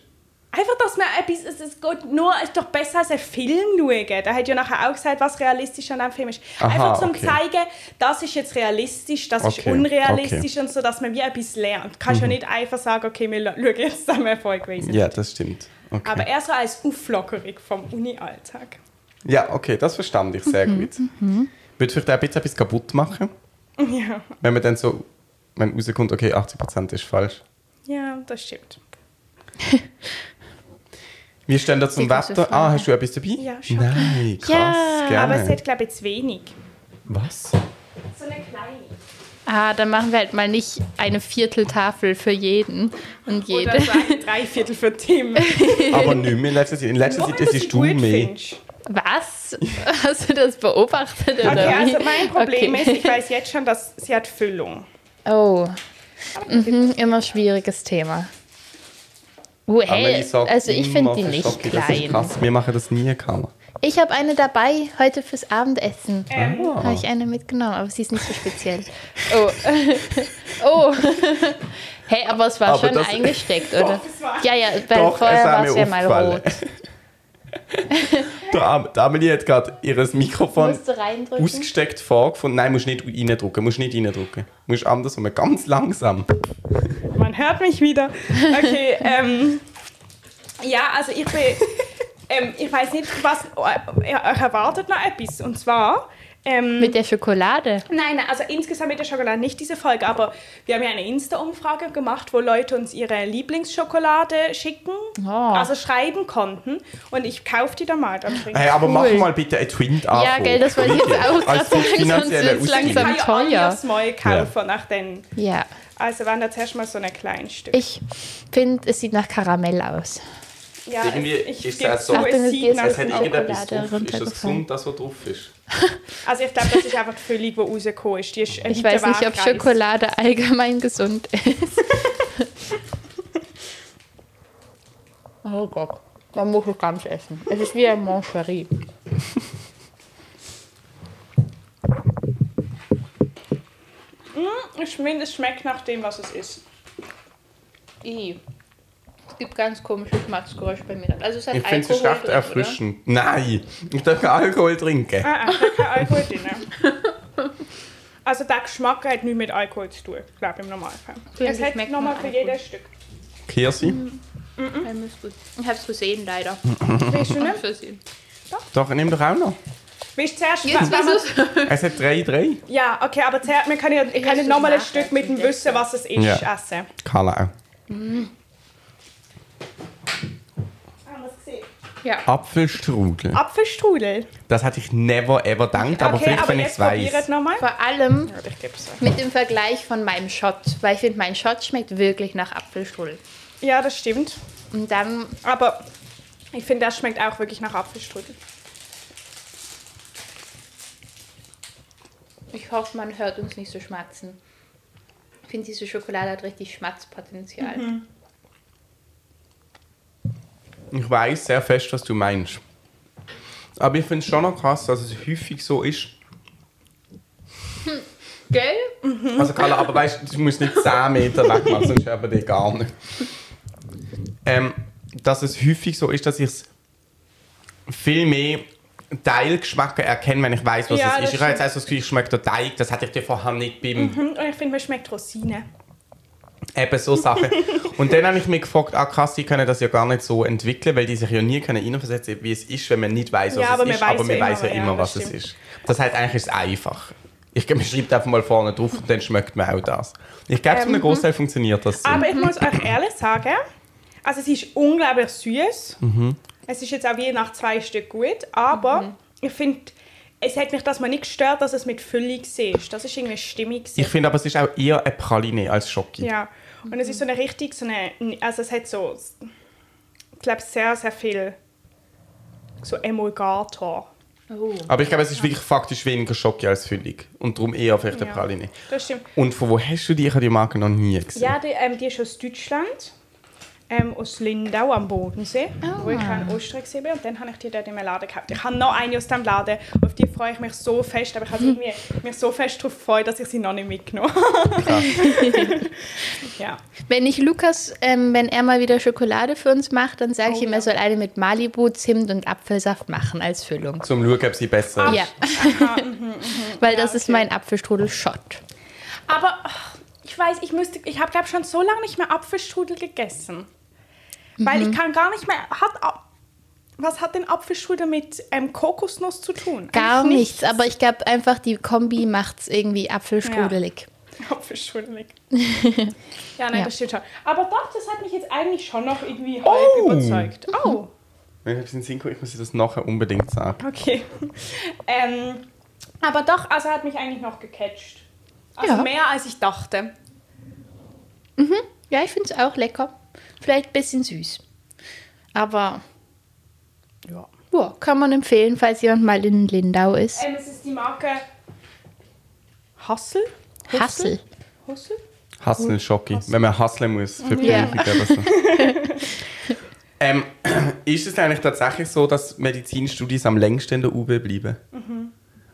Speaker 2: Einfach dass man etwas, es, es geht nur, es ist doch besser als einen Film schauen. Der hat ja nachher auch gesagt, was realistisch an einem Film ist.
Speaker 1: Aha,
Speaker 2: Einfach zum
Speaker 1: okay.
Speaker 2: zeigen, das ist jetzt realistisch, das ist
Speaker 1: Okay,
Speaker 2: unrealistisch
Speaker 1: okay. Mhm.
Speaker 2: und so, dass man wie etwas lernt. Kannst ja nicht einfach sagen, okay, wir la- schauen jetzt zusammen Erfolg gewesen.
Speaker 1: Ja, das stimmt. Okay.
Speaker 2: Aber eher so als Auflockerung vom Uni-Alltag.
Speaker 1: ja, okay, das verstand ich
Speaker 2: Mhm,
Speaker 1: sehr gut. Würde vielleicht auch ein bisschen etwas kaputt machen,
Speaker 2: Ja.
Speaker 1: wenn man dann so wenn rauskommt, okay, 80% ist falsch.
Speaker 2: ja, das stimmt.
Speaker 1: Wir stehen da zum
Speaker 3: Die gute
Speaker 1: Wetter. Ah,
Speaker 3: Frage.
Speaker 1: hast du etwas dabei?
Speaker 2: Ja, schon.
Speaker 1: Nein, krass,
Speaker 3: Ja,
Speaker 1: gerne.
Speaker 2: Aber es hat, glaube ich, zu wenig.
Speaker 1: Was?
Speaker 2: So eine kleine.
Speaker 3: Ah, dann machen wir halt mal nicht eine Vierteltafel für jeden und
Speaker 2: Oder
Speaker 3: jede.
Speaker 2: so ein Dreiviertel für Tim.
Speaker 1: Aber nicht mehr in letzter Zeit. In letzter Zeit ist du mehr.
Speaker 3: Was? Hast du das beobachtet oder
Speaker 2: Okay,
Speaker 3: wie?
Speaker 2: also mein Problem
Speaker 3: Genau. Okay.
Speaker 2: ist, ich weiß jetzt schon, dass sie hat Füllung.
Speaker 3: Oh. Mhm, immer schwieriges Thema. Uh, hey,
Speaker 1: Amelie sagt
Speaker 3: also ich
Speaker 1: immer
Speaker 3: finde die nicht
Speaker 1: Schocke, Das ist
Speaker 3: klein.
Speaker 1: krass. Wir machen das nie, Kammer.
Speaker 3: Ich habe eine dabei heute fürs Abendessen.
Speaker 2: Ähm,
Speaker 1: Ah.
Speaker 3: Habe ich eine mitgenommen, aber sie ist nicht so speziell. Oh. oh. Hey, aber es war
Speaker 1: Aber
Speaker 3: schon
Speaker 1: das-
Speaker 3: eingesteckt, oder?
Speaker 2: es war-
Speaker 3: Ja, ja, weil
Speaker 1: Doch,
Speaker 3: vorher
Speaker 1: es war
Speaker 3: war
Speaker 1: mir
Speaker 3: es ja mal
Speaker 1: aufgefallen.
Speaker 3: rot.
Speaker 1: Der Am- die Amelie hat gerade ihr Mikrofon
Speaker 3: Musst du reindrücken?
Speaker 1: ausgesteckt vorgefunden. Nein, musst nicht reindrücken. Musst nicht reindrücken. Musst andersrum. Ganz langsam.
Speaker 2: Man hört mich wieder. Okay, ähm, ja, also ich bin, ähm, ich weiß nicht, was äh, euch erwartet noch etwas. Und zwar, ähm,
Speaker 3: Mit der Schokolade.
Speaker 2: Nein, nein, also insgesamt mit der Schokolade nicht diese Folge, aber wir haben ja eine Insta-Umfrage gemacht, wo Leute uns ihre Lieblingsschokolade schicken,
Speaker 3: Oh.
Speaker 2: also schreiben konnten. Und ich kaufe die dann mal. Dann trinke
Speaker 1: Hey, aber
Speaker 3: Cool.
Speaker 1: mach mal bitte ein twin anfang
Speaker 3: Ja, gell, das wollte ich jetzt auch gerade
Speaker 1: Als
Speaker 3: sagen, sonst
Speaker 1: finanzielle
Speaker 3: wird es
Speaker 2: ich kann
Speaker 3: langsam
Speaker 2: ja alle
Speaker 3: teuer.
Speaker 2: aufs Neue kaufen nach den.
Speaker 3: Ja.
Speaker 2: Also waren das erstmal so ein kleines Stück.
Speaker 3: Ich finde, es sieht nach Karamell aus.
Speaker 2: ja,
Speaker 1: Irgendwie
Speaker 2: ich, ich
Speaker 1: ist
Speaker 2: gebe
Speaker 1: das
Speaker 2: so,
Speaker 1: so-
Speaker 3: Achtung,
Speaker 2: es
Speaker 3: es
Speaker 2: sieht
Speaker 3: geht
Speaker 2: nach
Speaker 3: so.
Speaker 1: Es hat
Speaker 3: Schokolade
Speaker 1: irgendetwas drauf. Ist das
Speaker 3: runtergefallen.
Speaker 1: gesund, das, was drauf ist?
Speaker 2: Also ich glaube, das ist einfach die Füllung, die rausgekommen ist. Die ist ein
Speaker 3: Ich weiß
Speaker 2: weiter
Speaker 3: nicht, ob
Speaker 2: Waagreis.
Speaker 3: Schokolade allgemein gesund ist. oh Gott, man muss es ganz essen. Es ist wie ein Moncherie.
Speaker 2: Ich finde, es schmeckt nach dem, was es ist.
Speaker 3: Es gibt ganz komische Geschmacksgeräusche bei mir. Also es hat
Speaker 1: Ich finde es stark erfrischend. Nein, ich darf keinen Alkohol trinken.
Speaker 2: Ah, ah, da kein Alkohol drin. Also der Geschmack hat nichts mit Alkohol zu tun, glaube ich im Normalfall.
Speaker 3: Finde
Speaker 2: es
Speaker 3: ich,
Speaker 2: hat
Speaker 3: schmeckt
Speaker 2: nochmal
Speaker 3: nach
Speaker 2: für
Speaker 3: Alkohol.
Speaker 2: jedes Stück.
Speaker 1: Kirsi?
Speaker 3: Ich habe es gesehen, leider.
Speaker 1: Hm?
Speaker 2: Willst du nicht?
Speaker 3: Jetzt
Speaker 1: Doch, nimm doch auch noch.
Speaker 2: Willst du zuerst...
Speaker 3: versuch's.
Speaker 1: Es hat 3-3.
Speaker 2: ja, okay, aber zuerst, wir können ja ich kann
Speaker 3: Kannst
Speaker 2: nicht
Speaker 3: du
Speaker 2: nochmal ein
Speaker 3: nachher
Speaker 2: Stück mit dem
Speaker 3: essen,
Speaker 2: Wissen, was es ist,
Speaker 1: Ja.
Speaker 2: essen.
Speaker 1: Kala auch.
Speaker 2: Ah,
Speaker 3: Ja.
Speaker 1: Apfelstrudel.
Speaker 2: Apfelstrudel.
Speaker 1: Das hätte ich never ever gedacht, aber
Speaker 2: okay,
Speaker 1: vielleicht,
Speaker 2: aber
Speaker 1: wenn ich
Speaker 2: jetzt
Speaker 1: es
Speaker 2: probiert
Speaker 1: weiß.
Speaker 2: es nochmal.
Speaker 3: Vor allem
Speaker 2: Ich gebe es.
Speaker 3: mit dem Vergleich von meinem Shot, weil ich finde, mein Shot schmeckt wirklich nach Apfelstrudel.
Speaker 2: Ja, das stimmt.
Speaker 3: Und dann
Speaker 2: Aber ich finde, das schmeckt auch wirklich nach Apfelstrudel.
Speaker 3: Ich hoffe, man hört uns nicht so schmatzen. Ich finde, diese Schokolade hat richtig Schmatzpotenzial.
Speaker 2: Mhm.
Speaker 1: Ich weiß sehr fest, was du meinst. Aber ich finde es schon noch krass, dass es häufig so ist.
Speaker 3: Gell?
Speaker 1: Also Carla, aber weißt du, du musst nicht 10 Meter weg machen, sonst hören wir dich gar nicht. Ähm, dass es häufig so ist, dass ich es viel mehr Teilgeschmack erkenne, wenn ich weiß, was es
Speaker 2: Ja, das
Speaker 1: ist. Ich habe jetzt
Speaker 2: stimmt.
Speaker 1: also das Gefühl, ich schmecke den Teig, das hatte ich dir vorher nicht beim
Speaker 2: Hm, Und ich finde, man schmeckt Rosine.
Speaker 1: Eben so Sachen. Und dann habe ich mich gefragt, ah krass, die können das ja gar nicht so entwickeln, weil die sich ja nie können reinversetzen können, wie es ist, wenn man nicht weiß, was
Speaker 2: Ja, aber
Speaker 1: es
Speaker 2: man
Speaker 1: ist,
Speaker 2: weiss
Speaker 1: aber man
Speaker 2: ja
Speaker 1: weiß ja
Speaker 2: immer,
Speaker 1: immer,
Speaker 2: ja,
Speaker 1: was
Speaker 2: das
Speaker 1: es
Speaker 2: stimmt.
Speaker 1: ist. Das heißt, eigentlich ist es einfach. Ich man schreibt einfach mal vorne drauf und dann schmeckt man auch das. Ich glaube, zu einem Großteil funktioniert das so.
Speaker 2: Ähm, mhm. Aber ich muss euch ehrlich sagen, also es ist unglaublich süß.
Speaker 1: Mhm.
Speaker 2: Es ist jetzt auch je nach zwei Stück gut, aber ich finde, es hat mich das mal nicht gestört, dass es mit Füllung war. Das ist irgendwie stimmig.
Speaker 1: Ich finde aber, es ist auch eher eine Praline als Schoki.
Speaker 2: ja. Und es ist so eine richtig, so eine, also es hat so, ich glaube, sehr, sehr viel so Emulgator.
Speaker 3: Oh.
Speaker 1: Aber ich glaube, es ist wirklich faktisch weniger Schoki als füllig. Und darum eher vielleicht eine
Speaker 2: Ja.
Speaker 1: Praline.
Speaker 2: Das stimmt.
Speaker 1: Und von wo hast du die? Ich habe die Marke noch nie gesehen.
Speaker 2: Ja, die, ähm, die ist aus Deutschland. ähm, aus Lindau am Bodensee,
Speaker 3: Ah.
Speaker 2: wo ich an Ostern war. Und dann habe ich die dort im Laden gehabt. Ich habe noch eine aus dem Laden. Auf die freue ich mich so fest. Aber ich habe irgendwie mich so fest darauf gefreut, dass ich sie noch nicht mitgenommen habe. ja.
Speaker 3: Wenn ich Lukas, ähm, wenn er mal wieder Schokolade für uns macht, dann sage ich
Speaker 2: Oh,
Speaker 3: ihm,
Speaker 2: ja.
Speaker 3: er soll eine mit Malibu, Zimt und Apfelsaft machen als Füllung.
Speaker 1: Zum Schauen, ob sie besser
Speaker 2: Ah.
Speaker 1: ist.
Speaker 3: Ja. Weil das ist
Speaker 2: mhm, okay.
Speaker 3: mein Apfelstrudel-Shot.
Speaker 2: Aber ach, ich weiß, ich müsste, ich habe glaube schon so lange nicht mehr Apfelstrudel gegessen, weil
Speaker 3: Mhm.
Speaker 2: ich kann gar nicht mehr. Hat, Ap- was hat denn Apfelstrudel mit ähm, Kokosnuss zu tun?
Speaker 3: Gar
Speaker 2: Eigentlich
Speaker 3: nichts, aber ich glaube einfach, die Kombi macht's irgendwie apfelstrudelig.
Speaker 2: Apfelstrudel. ja, nein,
Speaker 3: Ja.
Speaker 2: das stimmt schon. Aber doch, das hat mich jetzt eigentlich schon noch irgendwie halb
Speaker 1: Oh.
Speaker 2: überzeugt. Oh.
Speaker 1: Wenn ich auf den Sinn komme, ich muss dir das nachher unbedingt sagen.
Speaker 2: Okay. ähm, aber doch, also hat mich eigentlich noch gecatcht. Also
Speaker 3: Ja.
Speaker 2: mehr als ich dachte.
Speaker 3: Ja, ich finde es auch lecker. Vielleicht ein bisschen süß. Aber
Speaker 2: Ja.
Speaker 3: ja, kann man empfehlen, falls jemand mal in Lindau ist.
Speaker 2: Ähm, es ist die Marke Hassel.
Speaker 3: Hassel.
Speaker 2: Hassel?
Speaker 1: Hustlen Schocki. Wenn man hustlen muss für die
Speaker 3: Ja.
Speaker 1: Prüfung oder so. ähm, ist es eigentlich tatsächlich so, dass Medizinstudis am längsten in der UB bleiben?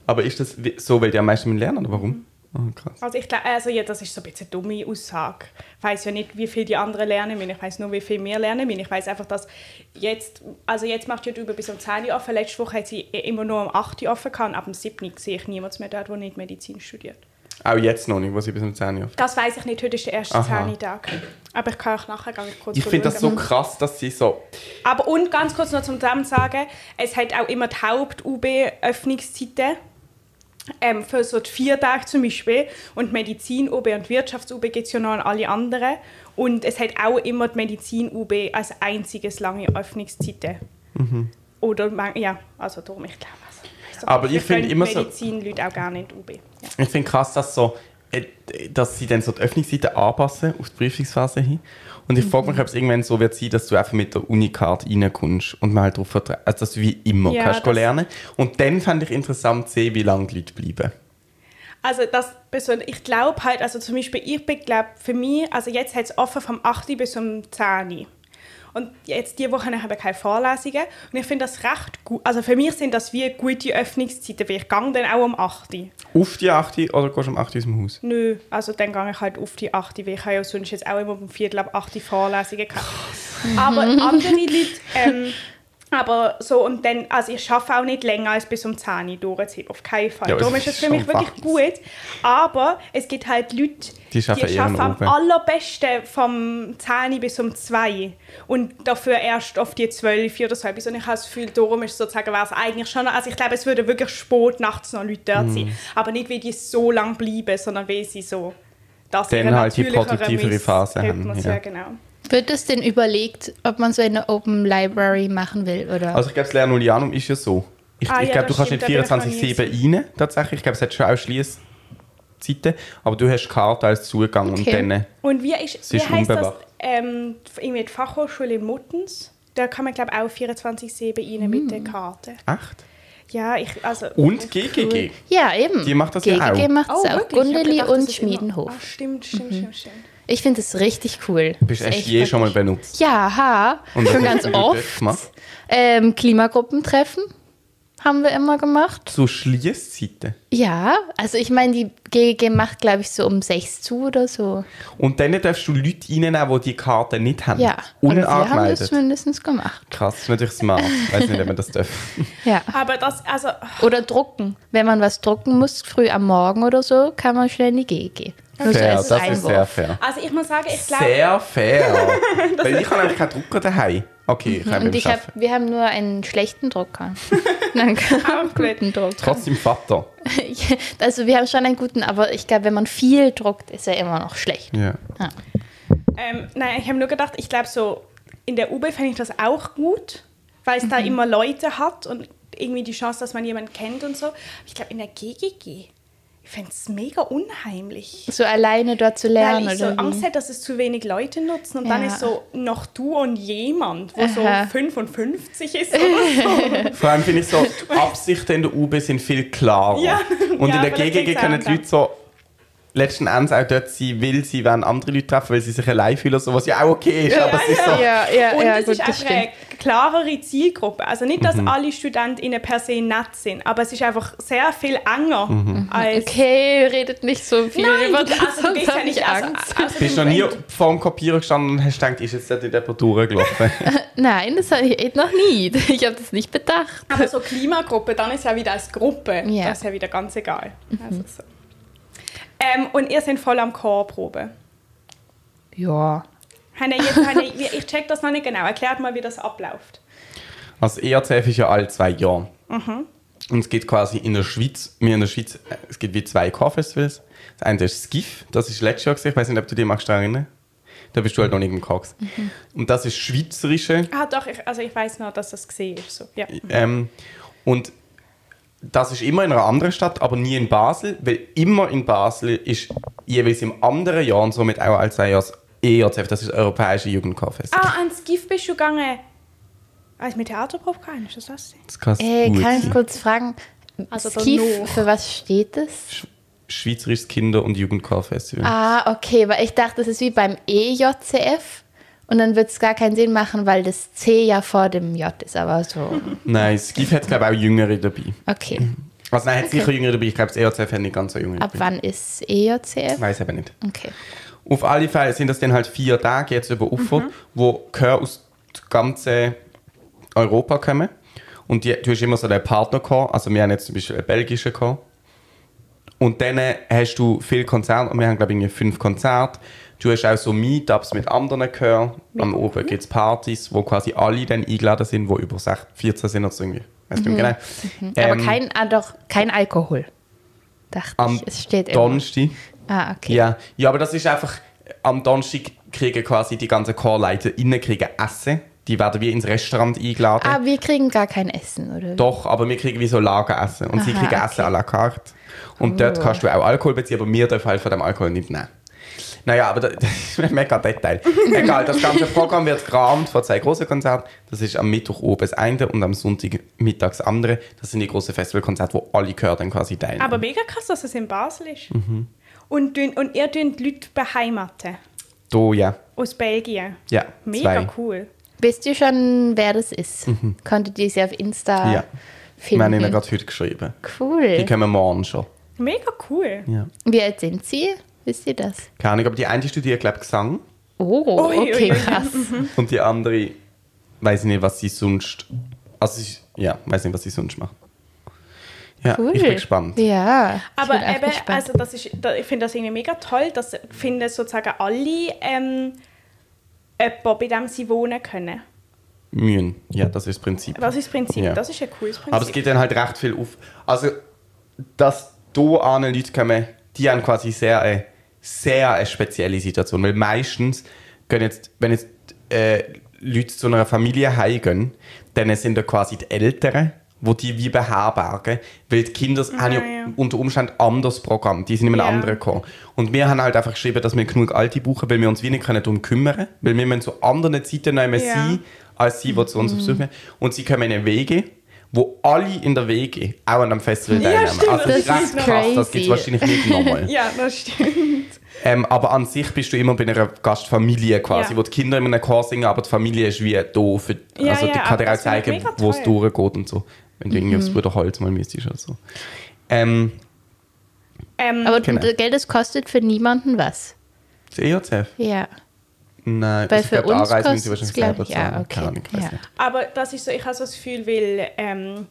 Speaker 1: Aber ist das wi- so, weil die am meisten müssen lernen oder warum? Oh, krass.
Speaker 2: Also ich glaube, also ja, das ist so ein bisschen eine dumme Aussage. Ich weiß ja nicht, wie viel die anderen lernen müssen. Ich weiß nur, wie viel wir lernen müssen. Ich weiß einfach, dass jetzt, also jetzt macht die über bis um 10 Uhr offen. Letzte Woche hat sie eh immer nur um 8 Uhr offen gehabt. und Ab dem 7. Uhr sehe ich niemanden mehr dort, der nicht Medizin studiert.
Speaker 1: Auch jetzt noch nicht, wo sie bis um 10 Uhr auf-
Speaker 2: Das weiß ich nicht. Heute ist der erste
Speaker 1: Aha.
Speaker 2: 10. Tag. Aber ich kann euch nachher ganz kurz
Speaker 1: Ich finde das so
Speaker 2: erläutern.
Speaker 1: krass, dass sie so.
Speaker 2: Aber und ganz kurz noch zum Zusammen sagen, es hat auch immer die Haupt-UB-Öffnungszeiten. Ähm, für so die vier Tage zum Beispiel. Und Medizin-UB und Wirtschafts-UB gibt es ja noch an alle anderen. Und es hat auch immer die Medizin-UB als einziges lange Öffnungszeiten. Oder, man- ja, also darum, ich glaube. Also, weiss doch
Speaker 1: Mhm. Aber
Speaker 2: nicht,
Speaker 1: ich
Speaker 2: vielleicht
Speaker 1: find immer
Speaker 2: können
Speaker 1: so-
Speaker 2: Medizin-Leute auch gar nicht UB. Ja.
Speaker 1: Ich finde krass, dass so äh, dass sie dann so die Öffnungszeiten anpassen auf die Prüfungsphase hin. Und ich frage mich, ob es irgendwann so wird sein, dass du einfach mit der Unicard reinkommst und man halt darauf vertraut, also dass du wie immer
Speaker 2: Ja,
Speaker 1: kannst
Speaker 2: das-
Speaker 1: lernen. Und dann fände ich interessant zu sehen, wie lange die Leute bleiben.
Speaker 2: Also das persönlich, ich glaube halt, also zum Beispiel ich bin glaub, für mich, also jetzt hat es offen vom 8. Uhr bis zum 10. Uhr. Und jetzt die Woche habe ich eben keine Vorlesungen und ich finde das recht gut. Also für mich sind das wie gute Öffnungszeiten, weil ich gehe dann auch um 8. Uhr.
Speaker 1: Auf die 8 Uhr oder gehst du um 8 Uhr aus dem Haus?
Speaker 2: Nö, also dann gehe ich halt auf die 8. Uhr, weil ich habe ja sonst jetzt auch immer um Viertel ab 8 Uhr Vorlesungen gehabt. Aber andere Leute, ähm, aber so und dann, also ich schaffe auch nicht länger als bis um 10 Uhr durchzuheben, auf keinen Fall.
Speaker 1: Ja, aber
Speaker 2: Darum
Speaker 1: das
Speaker 2: ist es
Speaker 1: ist
Speaker 2: für mich
Speaker 1: schon
Speaker 2: wirklich
Speaker 1: wach.
Speaker 2: gut, aber es gibt halt Leute,
Speaker 1: Die schaffen eher
Speaker 2: schaffen am
Speaker 1: oben.
Speaker 2: allerbesten vom 10 Uhr bis um 2 Uhr und dafür erst auf die 12 Uhr oder so etwas und ich habe das Gefühl, darum ist sozusagen, wäre es eigentlich schon, also ich glaube, es würden wirklich spät nachts noch Leute
Speaker 1: Mm.
Speaker 2: dort sein, aber nicht, weil die so lange bleiben, sondern weil sie so das
Speaker 1: Dann
Speaker 2: ihre
Speaker 1: halt die
Speaker 2: natürlichere
Speaker 1: produktivere Phase haben,
Speaker 2: Rhythmus,
Speaker 1: ja.
Speaker 2: Ja, genau.
Speaker 3: Wird es denn überlegt, ob man so eine Open Library machen will? Oder?
Speaker 1: Also ich glaube, das Lernolianum ist ja so. Ich,
Speaker 2: Ah,
Speaker 1: ich
Speaker 2: ja,
Speaker 1: glaube, du
Speaker 2: das
Speaker 1: kannst
Speaker 2: stimmt,
Speaker 1: nicht
Speaker 2: da bin ich noch nie
Speaker 1: 24-7 rein, tatsächlich. Ich glaube, es hat schon auch Schliesszeiten, aber du hast Karte als Zugang
Speaker 3: Okay.
Speaker 1: und dann...
Speaker 2: Und wie, ist,
Speaker 1: Sie
Speaker 2: wie
Speaker 1: ist
Speaker 2: heißt das?
Speaker 1: unbewacht.
Speaker 2: Ähm, irgendwie die Fachhochschule in Muttens. Da kann man, glaube ich, auch 24-7 rein mit der Karte.
Speaker 1: Echt?
Speaker 2: Ja, ich, also...
Speaker 1: Und GGG.
Speaker 3: ja, eben.
Speaker 1: Die macht das ja
Speaker 3: GGG
Speaker 1: auch.
Speaker 3: macht's
Speaker 2: Oh,
Speaker 3: auch.
Speaker 2: wirklich? Ich hab
Speaker 3: Gundeli
Speaker 2: gedacht, das
Speaker 3: und
Speaker 2: ist immer-
Speaker 3: Schmiedenhof. Mhm.
Speaker 2: Ah, stimmt, stimmt, stimmt, stimmt.
Speaker 3: Ich finde es richtig cool.
Speaker 1: Bist
Speaker 3: Ist
Speaker 1: echt
Speaker 3: echt
Speaker 1: je schon mal
Speaker 3: praktisch.
Speaker 1: benutzt.
Speaker 3: Ja, ha.
Speaker 1: das
Speaker 3: schon
Speaker 1: hast
Speaker 3: ganz
Speaker 1: du dort
Speaker 3: oft.
Speaker 1: gemacht?
Speaker 3: Ähm, Klimagruppentreffen haben wir immer gemacht.
Speaker 1: So Schliesszeiten.
Speaker 3: Ja, also ich meine, die GGG macht, glaube ich, so um sechs zu oder so.
Speaker 1: Und dann darfst du Leute reinnehmen, die die Karte nicht haben.
Speaker 3: Ja. Oder wir haben das
Speaker 1: Unangemeldet.
Speaker 3: mindestens gemacht.
Speaker 1: Krass, das ist natürlich smart. Ich weiß nicht, ob man das darf.
Speaker 3: Ja.
Speaker 2: Aber das, also...
Speaker 3: Oder drucken. Wenn man was drucken muss, früh am Morgen oder so, kann man schnell in die GG. Nur
Speaker 1: Fair,
Speaker 3: so als
Speaker 1: das ist
Speaker 3: Einwurf.
Speaker 1: sehr fair.
Speaker 2: Also ich muss sagen, ich glaube...
Speaker 1: Sehr fair. Weil ich habe nämlich keinen Drucker daheim. Okay, ich habe
Speaker 3: Mhm. Und
Speaker 1: ihn
Speaker 3: ich hab, wir haben nur einen schlechten Drucker. Nein, keinen guten Drucker.
Speaker 1: Trotzdem Vater.
Speaker 3: Also wir haben schon einen guten, aber ich glaube, wenn man viel druckt, ist er immer noch schlecht.
Speaker 1: Ja.
Speaker 2: Ähm, nein, ich habe nur gedacht, ich glaube so... In der UB fände ich das auch gut, weil es da
Speaker 3: Mhm.
Speaker 2: immer Leute hat und irgendwie die Chance, dass man jemanden kennt und so. Aber ich glaube, in der GGG... Ich fände es mega unheimlich.
Speaker 3: So alleine dort zu lernen
Speaker 2: Weil ich so
Speaker 3: oder
Speaker 2: Angst
Speaker 3: wie.
Speaker 2: hätte, dass es zu wenig Leute nutzen. Und dann
Speaker 3: Ja.
Speaker 2: ist so noch du und jemand, wo
Speaker 3: Aha.
Speaker 2: so 55 ist oder so.
Speaker 1: Vor allem finde ich so, die Absichten in der UB sind viel klarer.
Speaker 2: Ja.
Speaker 1: Und
Speaker 2: Ja,
Speaker 1: in der
Speaker 2: vielleicht
Speaker 1: GGG
Speaker 2: liegt's auch
Speaker 1: können
Speaker 2: an
Speaker 1: die Leute so letzten Endes auch dort sein, weil sie wollen andere Leute treffen, weil sie sich allein fühlen, so was ja auch okay ist, aber es ist so...
Speaker 3: Ja, ja,
Speaker 2: und
Speaker 3: ja,
Speaker 2: es
Speaker 3: gut,
Speaker 2: ist
Speaker 3: das
Speaker 2: einfach eine
Speaker 3: stimmt.
Speaker 2: klarere Zielgruppe. Also nicht, dass alle StudentInnen per se nett sind, aber es ist einfach sehr viel enger als...
Speaker 3: Okay, redet nicht so viel
Speaker 2: Nein,
Speaker 3: über
Speaker 2: du-
Speaker 3: das,
Speaker 2: also du
Speaker 3: sonst
Speaker 2: gehst ja
Speaker 3: habe
Speaker 2: nicht...
Speaker 3: ich
Speaker 2: Also,
Speaker 3: Angst.
Speaker 2: also
Speaker 1: Bist du noch nie vor dem Kopierer gestanden und hast gedacht, ist jetzt dort in der Portur gelaufen?
Speaker 3: Nein, das habe ich echt noch nie. Ich habe das nicht bedacht.
Speaker 2: Aber so Klimagruppe, dann ist ja wieder als Gruppe.
Speaker 3: Ja. Mhm.
Speaker 2: Das ist ja wieder ganz egal. Also so. ähm, und ihr seid voll am Chorprobe.
Speaker 3: Ja.
Speaker 2: Habt ihr jetzt, habt ihr- ich check das noch nicht genau. Erklärt mal, wie das abläuft.
Speaker 1: Also ERCF ist ja alle zwei Jahre. Und es gibt quasi in der Schweiz, wir in der Schweiz, äh, es gibt wie zwei Chorfestivals. Das eine ist Skiff, das ist letztes Jahr gewesen. ich weiß nicht, ob du dich magst daran erinnern. Da bist du halt noch nicht im Chor. gewesen. Und das ist schweizerische
Speaker 2: Ah doch, ich, also ich weiß noch, dass das gesehen ist. So. Ja.
Speaker 1: ähm, und das ist immer in einer anderen Stadt, aber nie in Basel, weil immer in Basel ist jeweils im anderen Jahr und somit auch als ein Jahr das E ERCF, das ist das Europäische Jugendchorfest.
Speaker 2: Ah, ans GIF bist du gegangen. Als mit Theaterprobe kann, ist das das?
Speaker 1: Das kann
Speaker 3: Äh,
Speaker 1: gut
Speaker 3: kann ich
Speaker 1: sein.
Speaker 3: kurz fragen,
Speaker 2: Also der
Speaker 3: Skiff,
Speaker 2: No.
Speaker 3: für was steht das?
Speaker 1: Schweizerisches Kinder- und Jugendchorfestival.
Speaker 3: Ah, okay, weil ich dachte, das ist wie beim E EJCF und dann wird es gar keinen Sinn machen, weil das C ja vor dem J ist, aber so.
Speaker 1: Nein, Skiff hat glaube ich auch Jüngere dabei.
Speaker 3: Okay.
Speaker 1: Also nein, hat
Speaker 3: Okay.
Speaker 1: sicher Jüngere dabei. Ich glaube, das E ERCF hat nicht ganz so Jüngere
Speaker 3: Ab
Speaker 1: dabei.
Speaker 3: wann ist E EJCF?
Speaker 1: Weiß aber nicht.
Speaker 3: Okay.
Speaker 1: Auf alle Fälle sind das dann halt vier Tage jetzt über Ufer,
Speaker 3: Mhm.
Speaker 1: wo Chöre aus ganzen Europa kommen. Und die, du hast immer so den Partnerchor. Also wir haben jetzt zum Beispiel einen belgischen Chor. Und dann hast du viele Konzerte. Und wir haben, glaube ich, irgendwie fünf Konzerte. Du hast auch so Meetups mit anderen Chören. Am Oben gibt es Partys, wo quasi alle dann eingeladen sind, die über 16, 14 sind oder so irgendwie. Weißt du genau?
Speaker 3: Mhm. Aber
Speaker 1: Ähm,
Speaker 3: kein, ah, doch, kein Alkohol. Dachte
Speaker 1: am
Speaker 3: ich, es steht immer.
Speaker 1: Donnerstag.
Speaker 3: Ah, okay.
Speaker 1: Ja. ja, aber das ist einfach, äh, am Donnerstag kriegen quasi die ganzen Chorleiter innen kriegen Essen. Die werden wie ins Restaurant eingeladen.
Speaker 3: Ah, wir kriegen gar kein Essen, oder?
Speaker 1: Doch, aber wir kriegen wie so Lageressen. Und sie
Speaker 3: Aha,
Speaker 1: kriegen
Speaker 3: okay.
Speaker 1: Essen à la carte. Und dort
Speaker 3: Oh.
Speaker 1: kannst du auch Alkohol beziehen, aber wir dürfen halt von dem Alkohol nicht nehmen. Naja, aber das, das ist ein mega Detail. Egal, das ganze Programm wird gerahmt von zwei großen Konzerten. Das ist am Mittwoch oben das eine und am Sonntag mittags das andere. Das sind die großen Festivalkonzerte, wo alle gehört dann quasi teilnehmen.
Speaker 2: Aber mega krass, dass es in Basel ist.
Speaker 1: Mhm.
Speaker 2: Und, dün- und ihr dünnt Leute beheimaten
Speaker 1: da, ja.
Speaker 2: aus Belgien.
Speaker 1: Ja,
Speaker 2: Mega
Speaker 1: zwei.
Speaker 2: cool.
Speaker 3: Wisst ihr schon, wer das ist? Konntet ihr sie auf Insta
Speaker 1: Mhm. Ja. Wir haben
Speaker 3: finden?
Speaker 1: ihnen gerade heute geschrieben. Die
Speaker 3: cool.
Speaker 1: kommen morgen schon.
Speaker 2: Mega cool.
Speaker 1: Ja.
Speaker 3: Wie alt sind sie? Wisst ihr das?
Speaker 1: Keine Ahnung, aber die eine studiert, glaube ich, Gesang
Speaker 3: Oh,
Speaker 2: Ui, ui,
Speaker 3: okay,
Speaker 2: ui.
Speaker 3: krass.
Speaker 2: Mhm.
Speaker 1: und die andere weiß ich nicht, was sie sonst. Also, ich, ja, weiß nicht, was sie sonst macht. Ja,
Speaker 3: Cool.
Speaker 1: ich bin gespannt.
Speaker 3: Ja. ich
Speaker 2: Aber
Speaker 3: bin auch
Speaker 2: eben,
Speaker 3: gespannt.
Speaker 2: also das ist, da, ich finde das irgendwie mega toll, dass finden sozusagen alle ähm, jemanden, bei dem sie wohnen können.
Speaker 1: Mühen. Ja, das ist das Prinzip.
Speaker 2: Das ist das Prinzip,
Speaker 1: Ja.
Speaker 2: das ist ein cooles Prinzip.
Speaker 1: Aber es geht dann halt recht viel auf. Also, dass da an Leute kommen, die haben quasi sehr, äh, sehr eine spezielle Situation. Weil meistens gehen jetzt, wenn jetzt äh, Leute zu einer Familie heimgehen, dann sind da quasi die Eltern, wo die wie beherbergen, weil die Kinder haben ja,
Speaker 2: Mhm, ja.
Speaker 1: unter Umständen anderes Programm, die sind in einem
Speaker 2: Ja.
Speaker 1: anderen Chor. Und wir haben halt einfach geschrieben, dass wir genug Alte brauchen, weil wir uns wie nicht können darum kümmern, weil wir müssen zu anderen Zeiten noch einmal
Speaker 2: Ja. Mhm.
Speaker 1: sein, als sie, die zu uns besuchen. Und sie kommen in eine Wege, wo alle in der Wege auch an einem Festival
Speaker 2: Ja,
Speaker 1: teilnehmen.
Speaker 2: stimmt,
Speaker 1: also
Speaker 2: das
Speaker 1: das ist
Speaker 3: ist
Speaker 1: recht krass, das gibt es
Speaker 3: crazy.
Speaker 1: wahrscheinlich nicht nochmal.
Speaker 2: ja, das stimmt.
Speaker 1: ähm, aber an sich bist du immer bei einer Gastfamilie quasi,
Speaker 2: Ja.
Speaker 1: wo die Kinder in einem Chor singen, aber die Familie ist wie da. Für,
Speaker 2: Ja,
Speaker 1: also die kann
Speaker 2: ja,
Speaker 1: dir
Speaker 2: aber
Speaker 1: auch
Speaker 2: das finde ich
Speaker 1: zeigen,
Speaker 2: mega
Speaker 1: wo es
Speaker 2: toll. Mhm.
Speaker 1: durchgeht und so. Wenn du irgendwie aufs Bruderholz mal müsstest oder so. Ähm,
Speaker 2: Ähm,
Speaker 3: Aber
Speaker 1: Genau.
Speaker 3: das Geld, das kostet für niemanden was.
Speaker 1: das EOZF?
Speaker 3: Ja.
Speaker 1: Nein, also
Speaker 3: Weil
Speaker 1: ich
Speaker 3: für
Speaker 1: glaube, die
Speaker 3: uns
Speaker 1: Anreise müssen sie wahrscheinlich
Speaker 3: kostet's,
Speaker 1: selber
Speaker 3: glaub ich, ja,
Speaker 1: zahlen.
Speaker 3: okay.
Speaker 1: Keine Ahnung, ich weiß
Speaker 3: Ja.
Speaker 1: nicht.
Speaker 2: aber das ist so, ich habe so das Gefühl, weil ähm,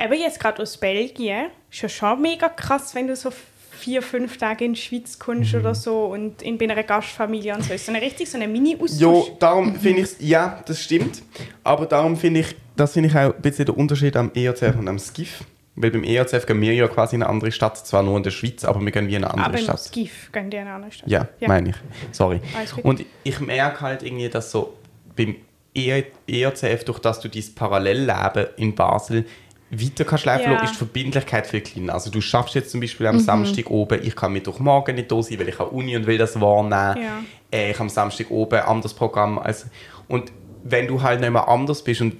Speaker 2: eben jetzt gerade aus Belgien ist ja schon mega krass, wenn du so vier, fünf Tage in die Schweiz kommst
Speaker 1: Mhm.
Speaker 2: oder so und in, bei einer Gastfamilie und so. Ist so eine richtig so eine Mini-Austausch.
Speaker 1: Jo, darum finde ich ja, das stimmt. Aber darum finde ich, das finde ich auch ein bisschen der Unterschied am ERCF und am SKIF. Weil beim E ERCF gehen wir ja quasi in eine andere Stadt, zwar nur in der Schweiz, aber wir gehen wie in eine andere
Speaker 2: Aber im
Speaker 1: Stadt.
Speaker 2: Skiff gehen die in eine andere Stadt.
Speaker 1: Ja, meine ich. Sorry.
Speaker 2: Alles gut.
Speaker 1: Und ich merke halt irgendwie, dass so beim E- ERCF, durch das du dieses Parallelleben in Basel weiter kannst laufen
Speaker 2: Ja. Mhm.
Speaker 1: lassen, ist die Verbindlichkeit viel kleiner. Also du schaffst jetzt zum Beispiel am Samstag oben, ich kann Mittwochmorgen nicht da sein, weil ich habe Uni und will das wahrnehmen.
Speaker 2: Ja.
Speaker 1: Äh, ich habe am Samstag oben anderes Programm. Als und wenn du halt nicht mehr anders bist und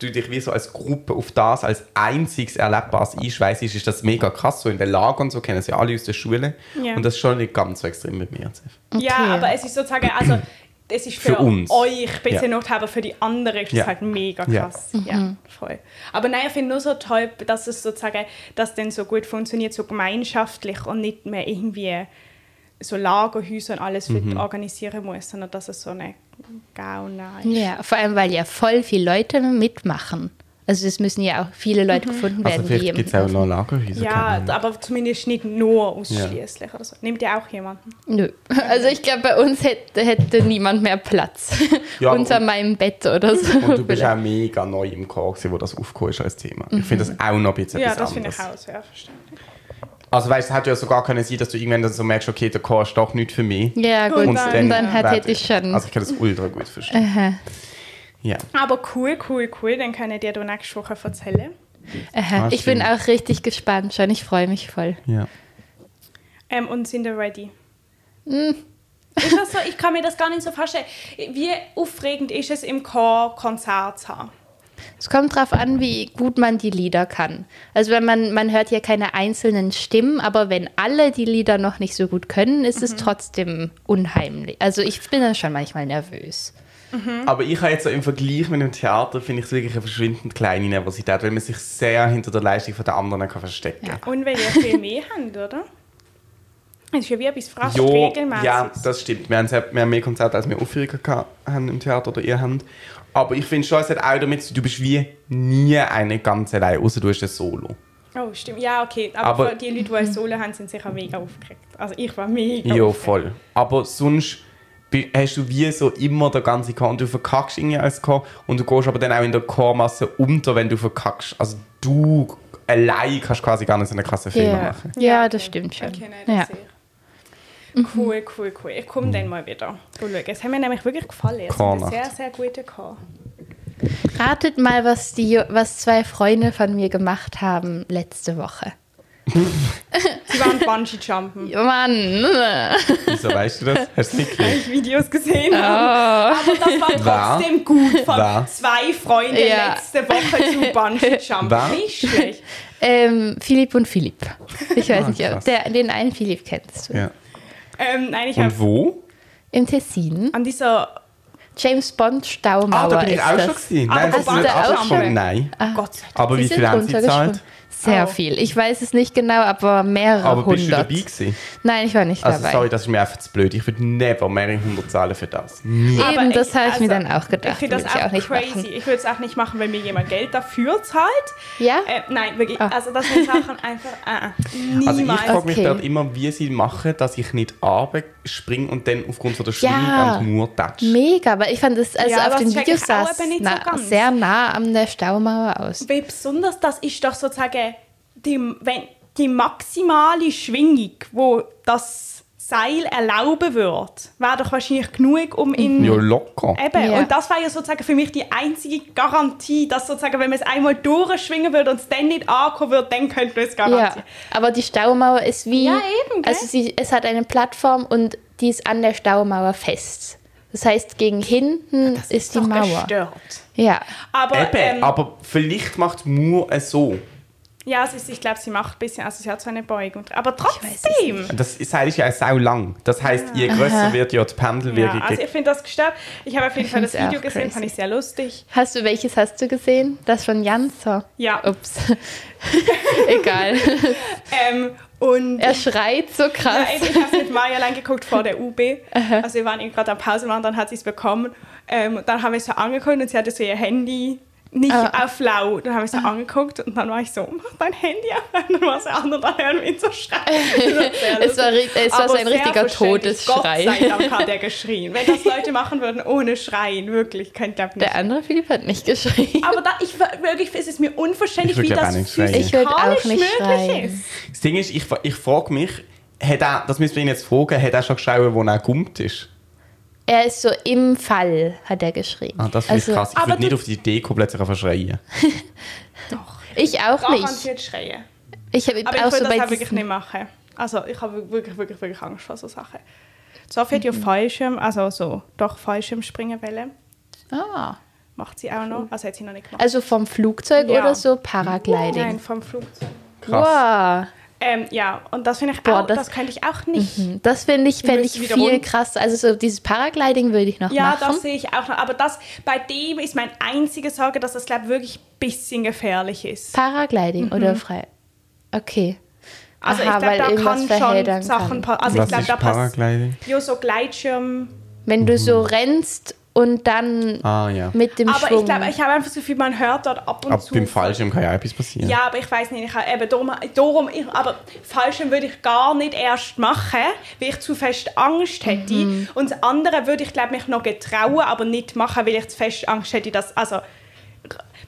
Speaker 1: du dich wie so als Gruppe auf das als einziges Erlebbares einschweißt, ist das mega krass. So in der Lage und so kennen es ja alle aus der Schule.
Speaker 2: Ja.
Speaker 1: Und das ist schon nicht ganz so extrem mit mir. Jetzt.
Speaker 2: Ja,
Speaker 3: Okay.
Speaker 2: aber es ist sozusagen, also es ist für,
Speaker 1: Für uns.
Speaker 2: euch ein bisschen
Speaker 1: Ja.
Speaker 2: Nothaber, für die anderen ist es
Speaker 1: Ja.
Speaker 2: halt mega
Speaker 1: Ja.
Speaker 2: krass. Ja.
Speaker 3: Mhm.
Speaker 2: voll. Aber nein, ich finde nur so toll, dass es sozusagen, dass dann so gut funktioniert, so gemeinschaftlich und nicht mehr irgendwie so Lagerhäuser und alles für
Speaker 1: Mhm.
Speaker 2: organisieren muss, sondern dass es so eine Gauna ist.
Speaker 3: Ja, vor allem, weil ja voll viele Leute mitmachen. Also es müssen ja auch viele Leute gefunden werden,
Speaker 1: Also vielleicht
Speaker 3: die
Speaker 1: gibt es auch noch Lagerhäuser. keine
Speaker 2: Ja,
Speaker 1: Ahnung.
Speaker 2: aber zumindest nicht nur ausschließlich oder so. Nimmt ihr auch jemanden?
Speaker 3: Nö. Also ich glaube, bei uns hätte, hätte niemand mehr Platz.
Speaker 1: Ja,
Speaker 3: Unter
Speaker 1: und-
Speaker 3: meinem Bett oder so.
Speaker 1: Und du bist
Speaker 3: vielleicht.
Speaker 1: auch mega neu im Chor, gewesen, wo das aufgekommen ist als Thema. Ich finde das auch noch ein bisschen
Speaker 2: Mhm. Ja,
Speaker 1: etwas
Speaker 2: das finde
Speaker 1: anderes.
Speaker 2: ich auch sehr verständlich.
Speaker 1: Also weißt, es hätte ja sogar können sein, dass du irgendwann dann so merkst, okay, der Chor ist doch nicht für mich.
Speaker 3: ja, gut.
Speaker 2: Und
Speaker 3: Und
Speaker 2: dann-
Speaker 3: dann, hat,
Speaker 1: werd
Speaker 3: hätte ich schon.
Speaker 1: Also ich kann das ultra gut verstehen. Ja.
Speaker 2: Aber cool, cool, cool, dann können dir du nächste Woche erzählen.
Speaker 1: Ah,
Speaker 3: aha. Ich bin
Speaker 1: stimmt.
Speaker 3: auch richtig gespannt schon. Ich freue mich voll.
Speaker 1: ja.
Speaker 2: Ähm, und sind wir ready?
Speaker 3: Hm.
Speaker 2: Ist das so? Ich kann mir das gar nicht so vorstellen. Wie aufregend ist es, im Chor Konzert zu haben?
Speaker 3: Es kommt drauf an, wie gut man die Lieder kann. Also wenn man, man hört ja keine einzelnen Stimmen, aber wenn alle die Lieder noch nicht so gut können, ist
Speaker 2: Mhm.
Speaker 3: es trotzdem unheimlich. Also ich bin dann schon manchmal nervös.
Speaker 2: Mhm.
Speaker 1: Aber ich habe jetzt so im Vergleich mit dem Theater, finde ich es wirklich eine verschwindend kleine Nervosität, weil man sich sehr hinter der Leistung von der anderen kann verstecken kann.
Speaker 2: Und wenn ihr viel mehr habt, oder? Es ist ja wie etwas fast regelmäßig.
Speaker 1: ja, das stimmt. Wir haben, sehr, wir haben mehr Konzerte, als wir Aufführungen gehabt haben im Theater oder ihr habt. Aber ich finde schon, es hat auch damit zu tun, du bist wie nie eine ganze Reihe, außer du hast ein Solo.
Speaker 2: oh, stimmt. Ja, okay. Aber,
Speaker 1: Aber-
Speaker 2: die Leute, die ein Solo haben, sind sicher mega aufgeregt. Also ich war mega
Speaker 1: Ja,
Speaker 2: aufgeregt.
Speaker 1: voll. Aber sonst bi- hast du wie so immer den ganzen Chor und du verkackst irgendwie als Chor und du gehst aber dann auch in der Chormasse unter, wenn du verkackst. Also du allein kannst quasi gar nicht so einen krassen Fehler machen.
Speaker 3: ja,
Speaker 2: okay.
Speaker 3: das stimmt schon.
Speaker 2: Okay, nein, das
Speaker 3: ja. Mhm.
Speaker 2: sehe ich. Cool, cool, cool. Ich komme dann mal wieder. Und schau, es hat mir nämlich wirklich gefallen. Es ist ein
Speaker 1: Chornacht.
Speaker 2: sehr, sehr guter Chor.
Speaker 3: Ratet mal, was, die, was zwei Freunde von mir gemacht haben letzte Woche.
Speaker 2: Sie waren Bungee-Jumpen.
Speaker 3: Mann,
Speaker 1: Wieso weißt du das? Hast du nicht
Speaker 2: weil
Speaker 1: gekriegt?
Speaker 2: ich Videos gesehen
Speaker 3: Ah.
Speaker 2: habe. Aber das war
Speaker 1: Wahr.
Speaker 2: trotzdem gut von
Speaker 1: Wahr.
Speaker 2: zwei Freunden
Speaker 3: Ja.
Speaker 2: letzte Woche zu
Speaker 1: Wahr.
Speaker 2: Bungee-Jumpen. Nicht schlecht.
Speaker 3: ähm, Philipp und Philipp. Ich weiß
Speaker 1: Ah,
Speaker 3: nicht, ob
Speaker 1: krass.
Speaker 3: der, den einen Philipp kennst du.
Speaker 1: Ja.
Speaker 2: Ähm, nein, ich habe
Speaker 1: Und wo?
Speaker 3: Im Tessin.
Speaker 2: an dieser...
Speaker 3: James Bond Staumauer
Speaker 1: Ah, da bin ich
Speaker 3: ist
Speaker 1: auch
Speaker 3: das.
Speaker 1: schon gewesen.
Speaker 2: Aber
Speaker 1: Nein, das
Speaker 2: hast
Speaker 1: ist
Speaker 2: du
Speaker 1: nicht
Speaker 3: da auch
Speaker 1: abgesprungen.
Speaker 3: schon? Ah,
Speaker 1: Nein.
Speaker 2: Gott sei Dank.
Speaker 1: Aber wie
Speaker 3: sind
Speaker 1: viel haben sie
Speaker 3: runtergesprungen.
Speaker 1: gezahlt?
Speaker 3: Sehr
Speaker 2: Oh.
Speaker 3: viel. Ich weiß es nicht genau, aber mehrere
Speaker 1: Aber
Speaker 3: hundert.
Speaker 1: bist du dabei gewesen?
Speaker 3: Nein, ich war nicht
Speaker 1: Also
Speaker 3: dabei.
Speaker 1: sorry, das ist mir einfach zu blöd. Ich würde never mehr in 100 zahlen für das.
Speaker 3: Eben,
Speaker 2: Aber
Speaker 3: das habe ich mir
Speaker 2: also,
Speaker 3: dann auch gedacht.
Speaker 2: Ich finde das
Speaker 3: Würd ich
Speaker 2: auch, crazy. Ich würde es auch nicht machen, wenn mir jemand Geld dafür zahlt.
Speaker 3: Ja?
Speaker 2: Äh, nein, wirklich.
Speaker 3: Ah.
Speaker 2: Also das sind Sachen einfach... Äh,
Speaker 1: Also ich
Speaker 2: niemals.
Speaker 1: frage mich
Speaker 3: Okay.
Speaker 1: dort immer, wie sie machen, dass ich nicht springe und dann aufgrund von der Schwingung
Speaker 3: Ja.
Speaker 1: an die Mauer touch.
Speaker 3: Mega, weil ich fand das, also
Speaker 2: Ja,
Speaker 3: auf
Speaker 2: das
Speaker 3: den
Speaker 2: check
Speaker 3: Videos
Speaker 2: ich auch
Speaker 3: sah es
Speaker 2: eben nicht so
Speaker 3: na-
Speaker 2: ganz.
Speaker 3: sehr nah an der Staumauer aus.
Speaker 2: Weil besonders das ist doch sozusagen die, wenn die maximale Schwingung, wo das Seil erlauben wird, wäre doch wahrscheinlich genug, um in
Speaker 1: Mhm. Ja, locker.
Speaker 2: Eben.
Speaker 3: Ja.
Speaker 2: Und das war ja sozusagen für mich die einzige Garantie, dass sozusagen, wenn man es einmal durchschwingen würde und es dann nicht ankommen würde, dann könnte man es
Speaker 3: Ja,
Speaker 2: garantieren.
Speaker 3: aber die Staumauer ist wie,
Speaker 2: Ja, eben, gell?
Speaker 3: also sie, es hat eine Plattform und die ist an der Staumauer fest. Das heißt, gegen hinten ist, die
Speaker 2: Doch
Speaker 3: Mauer.
Speaker 2: gestört.
Speaker 3: Ja,
Speaker 2: Aber,
Speaker 1: Eben,
Speaker 2: ähm,
Speaker 1: aber vielleicht macht die Mauer es so.
Speaker 2: ja, es ist, ich glaube, sie macht ein bisschen, also sie hat so eine Beugung. Aber
Speaker 3: weiß es
Speaker 2: trotzdem.
Speaker 1: Das Seil ist ja auch sau lang. Das heisst, je grösser wird ja die Pendelwirkung.
Speaker 2: Ja, also ich finde das gestört. Ich habe auf jeden Fall das
Speaker 3: find's
Speaker 2: Video
Speaker 3: auch
Speaker 2: gesehen, fand
Speaker 3: crazy.
Speaker 2: ich sehr lustig.
Speaker 3: Hast du welches hast du gesehen? Das von Janzer?
Speaker 2: Ja.
Speaker 3: Ups. Egal.
Speaker 2: Ähm, und
Speaker 3: Er schreit so
Speaker 2: Ja,
Speaker 3: krass.
Speaker 2: eben, ich habe mit Maria lang geguckt vor der UB. Also wir waren eben gerade am Pause machen, dann hat sie es bekommen. Ähm, und dann haben wir es so angeguckt und sie hatte so ihr Handy nicht
Speaker 3: Ah.
Speaker 2: auf laut. Dann haben wir es so angeguckt und dann war ich so, mach dein Handy auf. Und dann war es an und dann hören wir ihn so schreien. Das sehr
Speaker 3: Es war
Speaker 2: lustig.
Speaker 3: ri- es war
Speaker 2: Aber
Speaker 3: so ein
Speaker 2: sehr
Speaker 3: richtiger
Speaker 2: verständlich.
Speaker 3: Todesschrei.
Speaker 2: Gott sei Dank hat er geschrien. Wenn das Leute machen würden ohne Schreien, wirklich, könnt ihr nicht.
Speaker 3: Der andere Philipp hat nicht geschrien.
Speaker 2: Aber da, ich, wirklich, es ist mir unverständlich,
Speaker 1: Ich würd
Speaker 2: wie
Speaker 1: ja
Speaker 2: das
Speaker 1: gar nicht schreien.
Speaker 2: physikalisch
Speaker 3: Ich würd auch nicht
Speaker 2: möglich
Speaker 3: schreien.
Speaker 2: ist.
Speaker 1: Das Ding ist, ich, fra- ich frage mich, hat er, das müssen wir ihn jetzt fragen, hat er schon geschaut, wo er gummt ist?
Speaker 3: Er ist so im Fall, hat er geschrien.
Speaker 1: Ah, das finde
Speaker 3: Also,
Speaker 1: ich krass. Ich
Speaker 2: aber
Speaker 1: würde nicht
Speaker 2: du-
Speaker 1: auf die Idee kommen, plötzlich einfach schreien.
Speaker 3: Ich auch nicht.
Speaker 2: Garantiert schreien.
Speaker 3: Ich habe
Speaker 2: Aber ich
Speaker 3: auch
Speaker 2: würde
Speaker 3: so
Speaker 2: das
Speaker 3: bei
Speaker 2: auch wirklich
Speaker 3: diesen,
Speaker 2: nicht machen. Also ich habe wirklich, wirklich, wirklich Angst vor so Sachen.
Speaker 3: Mhm.
Speaker 2: Sophie hat ja Fallschirm, also so, doch Fallschirmspringen wollen.
Speaker 3: Ah,
Speaker 2: macht sie auch noch. Also hat sie noch nicht gemacht.
Speaker 3: Also vom Flugzeug
Speaker 2: Ja.
Speaker 3: oder so Paragliding.
Speaker 2: Nein, vom Flugzeug.
Speaker 1: Krass.
Speaker 2: Ähm, ja, und das finde ich
Speaker 3: Boah,
Speaker 2: auch,
Speaker 3: das- Mhm.
Speaker 2: das, könnte ich auch nicht.
Speaker 3: Wow. Hm, Das finde ich, fänd ich
Speaker 2: müssen wieder
Speaker 3: viel
Speaker 2: runter.
Speaker 3: krass. Also so dieses Paragliding würde ich noch
Speaker 2: Ja,
Speaker 3: machen.
Speaker 2: das sehe ich auch noch. Aber das, bei dem ist mein einzige Sorge, dass das, glaube ich, wirklich ein bisschen gefährlich ist.
Speaker 3: Paragliding
Speaker 2: Mhm.
Speaker 3: oder frei. Okay.
Speaker 2: Also
Speaker 3: Aha, weil
Speaker 2: ich glaube, da
Speaker 3: irgendwas
Speaker 2: kann
Speaker 3: verheddern
Speaker 2: schon
Speaker 3: kann.
Speaker 2: Sachen passieren. Also
Speaker 1: Was
Speaker 2: ich glaube,
Speaker 1: ist
Speaker 2: da passt
Speaker 1: Paragliding?
Speaker 2: ja, so Gleitschirm.
Speaker 3: Wenn du so rennst und dann
Speaker 1: Mhm. Ah, ja.
Speaker 3: mit dem
Speaker 2: Aber
Speaker 3: Schwung.
Speaker 2: ich glaube, ich habe einfach das Gefühl, man hört dort ab und
Speaker 1: Aber
Speaker 2: zu.
Speaker 1: beim Fallschirm kann ja auch etwas passieren.
Speaker 2: Ja, aber ich weiß nicht, ich habe eben darum, darum ich, aber Fallschirm würde ich gar nicht erst machen, weil ich zu fest Angst hätte. Und das andere würde ich, glaube mich noch getrauen, aber nicht machen, weil ich zu fest Angst hätte, dass, also,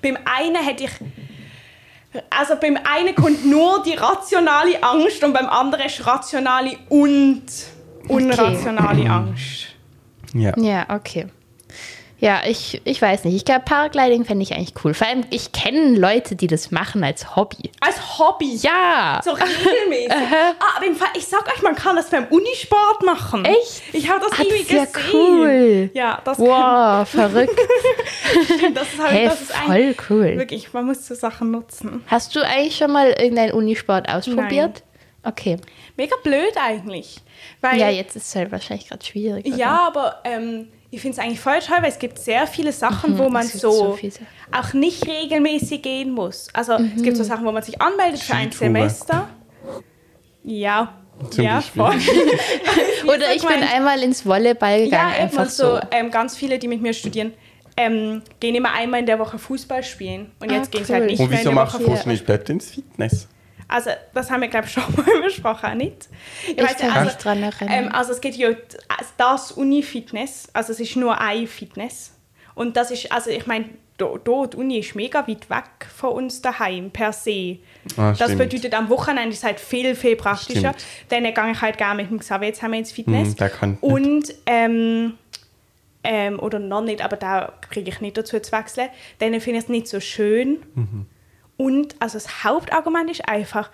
Speaker 2: beim einen hätte ich, also beim einen kommt nur die rationale Angst und beim anderen ist rationale und unrationale Angst.
Speaker 1: Ja.
Speaker 3: Ja, okay. Ja, ich, ich weiß nicht. Ich glaube, Paragliding fände ich eigentlich cool. Vor allem, ich kenne Leute, die das machen als Hobby.
Speaker 2: Als Hobby.
Speaker 3: Ja!
Speaker 2: So regelmäßig. ah, aber im Fall, ich sag euch, man kann das beim Unisport machen.
Speaker 3: Echt?
Speaker 2: Ich habe das
Speaker 3: Ah, das
Speaker 2: irgendwie
Speaker 3: ist ja
Speaker 2: gesehen.
Speaker 3: cool.
Speaker 2: Ja, das,
Speaker 3: Wow, verrückt.
Speaker 2: kann, das ist halt,
Speaker 3: Hey,
Speaker 2: das ist ein,
Speaker 3: voll cool.
Speaker 2: Wirklich, man muss so Sachen nutzen.
Speaker 3: Hast du eigentlich schon mal irgendeinen Unisport ausprobiert? Okay.
Speaker 2: Mega blöd eigentlich. Weil,
Speaker 3: Ja, jetzt ist es halt wahrscheinlich gerade schwierig. oder?
Speaker 2: Ja, aber ähm, ich finde es eigentlich voll toll, weil es gibt sehr viele Sachen, wo man
Speaker 3: Mhm, es gibt
Speaker 2: so,
Speaker 3: so viele Sachen.
Speaker 2: auch nicht regelmäßig gehen muss. Also es gibt
Speaker 3: Mhm.
Speaker 2: so Sachen, wo man sich anmeldet für ein
Speaker 1: Skitouren.
Speaker 2: Semester. Ja.
Speaker 1: Zum
Speaker 2: ja,
Speaker 1: Beispiel.
Speaker 2: voll.
Speaker 3: Oder ich bin
Speaker 2: mein-
Speaker 3: einmal ins Volleyball gegangen,
Speaker 2: Ja, eben
Speaker 3: einfach
Speaker 2: und so,
Speaker 3: so.
Speaker 2: ähm, ganz viele, die mit mir studieren, ähm, gehen immer einmal in der Woche Fußball spielen. Und
Speaker 3: Ah,
Speaker 2: jetzt gehen sie
Speaker 3: cool.
Speaker 2: halt nicht
Speaker 1: Und
Speaker 2: mehr in
Speaker 1: wieso
Speaker 2: der
Speaker 1: machst
Speaker 2: Woche
Speaker 1: du
Speaker 2: Fußball.
Speaker 1: es nicht? Bleib ins Fitness.
Speaker 2: Also, das haben wir, glaube ich, schon mal besprochen, auch nicht? Ich, weiss
Speaker 3: kann mich dran erinnern.
Speaker 2: Ähm, also, es gibt ja d- das Uni-Fitness. Also, es ist nur ein Fitness. Und das ist, also, ich meine, do, do, die Uni ist mega weit weg von uns daheim, per se.
Speaker 1: Ah,
Speaker 2: das
Speaker 1: stimmt.
Speaker 2: bedeutet, am Wochenende ist es halt viel, viel praktischer.
Speaker 1: Stimmt.
Speaker 2: Dann gehe ich halt gerne mit dem Xavier zusammen ins Fitness.
Speaker 1: Hm, der kann nicht.
Speaker 2: Und, ähm, ähm, oder noch nicht, aber da kriege ich nicht dazu zu wechseln. Dann finde ich es nicht so schön. Und also das Hauptargument ist einfach,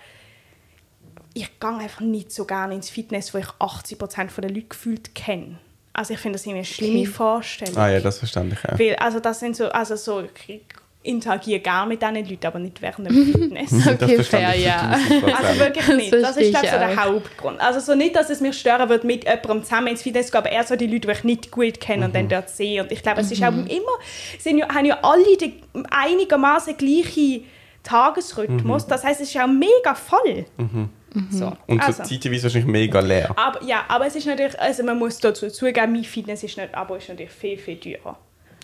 Speaker 2: ich gehe einfach nicht so gerne ins Fitness, wo ich 80% von den Leuten gefühlt kenne. Also ich finde das irgendwie eine schlimme
Speaker 3: Okay.
Speaker 2: Vorstellung.
Speaker 1: Ah ja, das verstand ich auch.
Speaker 2: Weil, also das sind so, also so, ich interagiere gerne mit diesen Leuten, aber nicht während dem Fitness.
Speaker 1: Das
Speaker 3: Okay,
Speaker 1: verstand
Speaker 3: fair,
Speaker 1: ich
Speaker 3: ja.
Speaker 1: 1000%.
Speaker 2: Also wirklich nicht.
Speaker 3: Das
Speaker 2: Das ist glaube ich so
Speaker 3: verstehe ich
Speaker 2: der Hauptgrund. Also so nicht, dass es mich stören wird, mit jemandem zusammen ins Fitness zu gehen, aber eher so die Leute, die ich nicht gut kenne und dann dort sehe. Und ich glaube, es ist auch immer, sind ja, haben ja alle die einigermaßen gleiche Tagesrhythmus. Das heißt, es ist auch mega voll. So.
Speaker 1: Und
Speaker 2: also.
Speaker 1: so zeitweise wahrscheinlich mega leer.
Speaker 2: aber, ja, aber es ist natürlich, also man muss dazu zugeben, mein Fitness ist nicht, aber ist natürlich viel, viel teurer.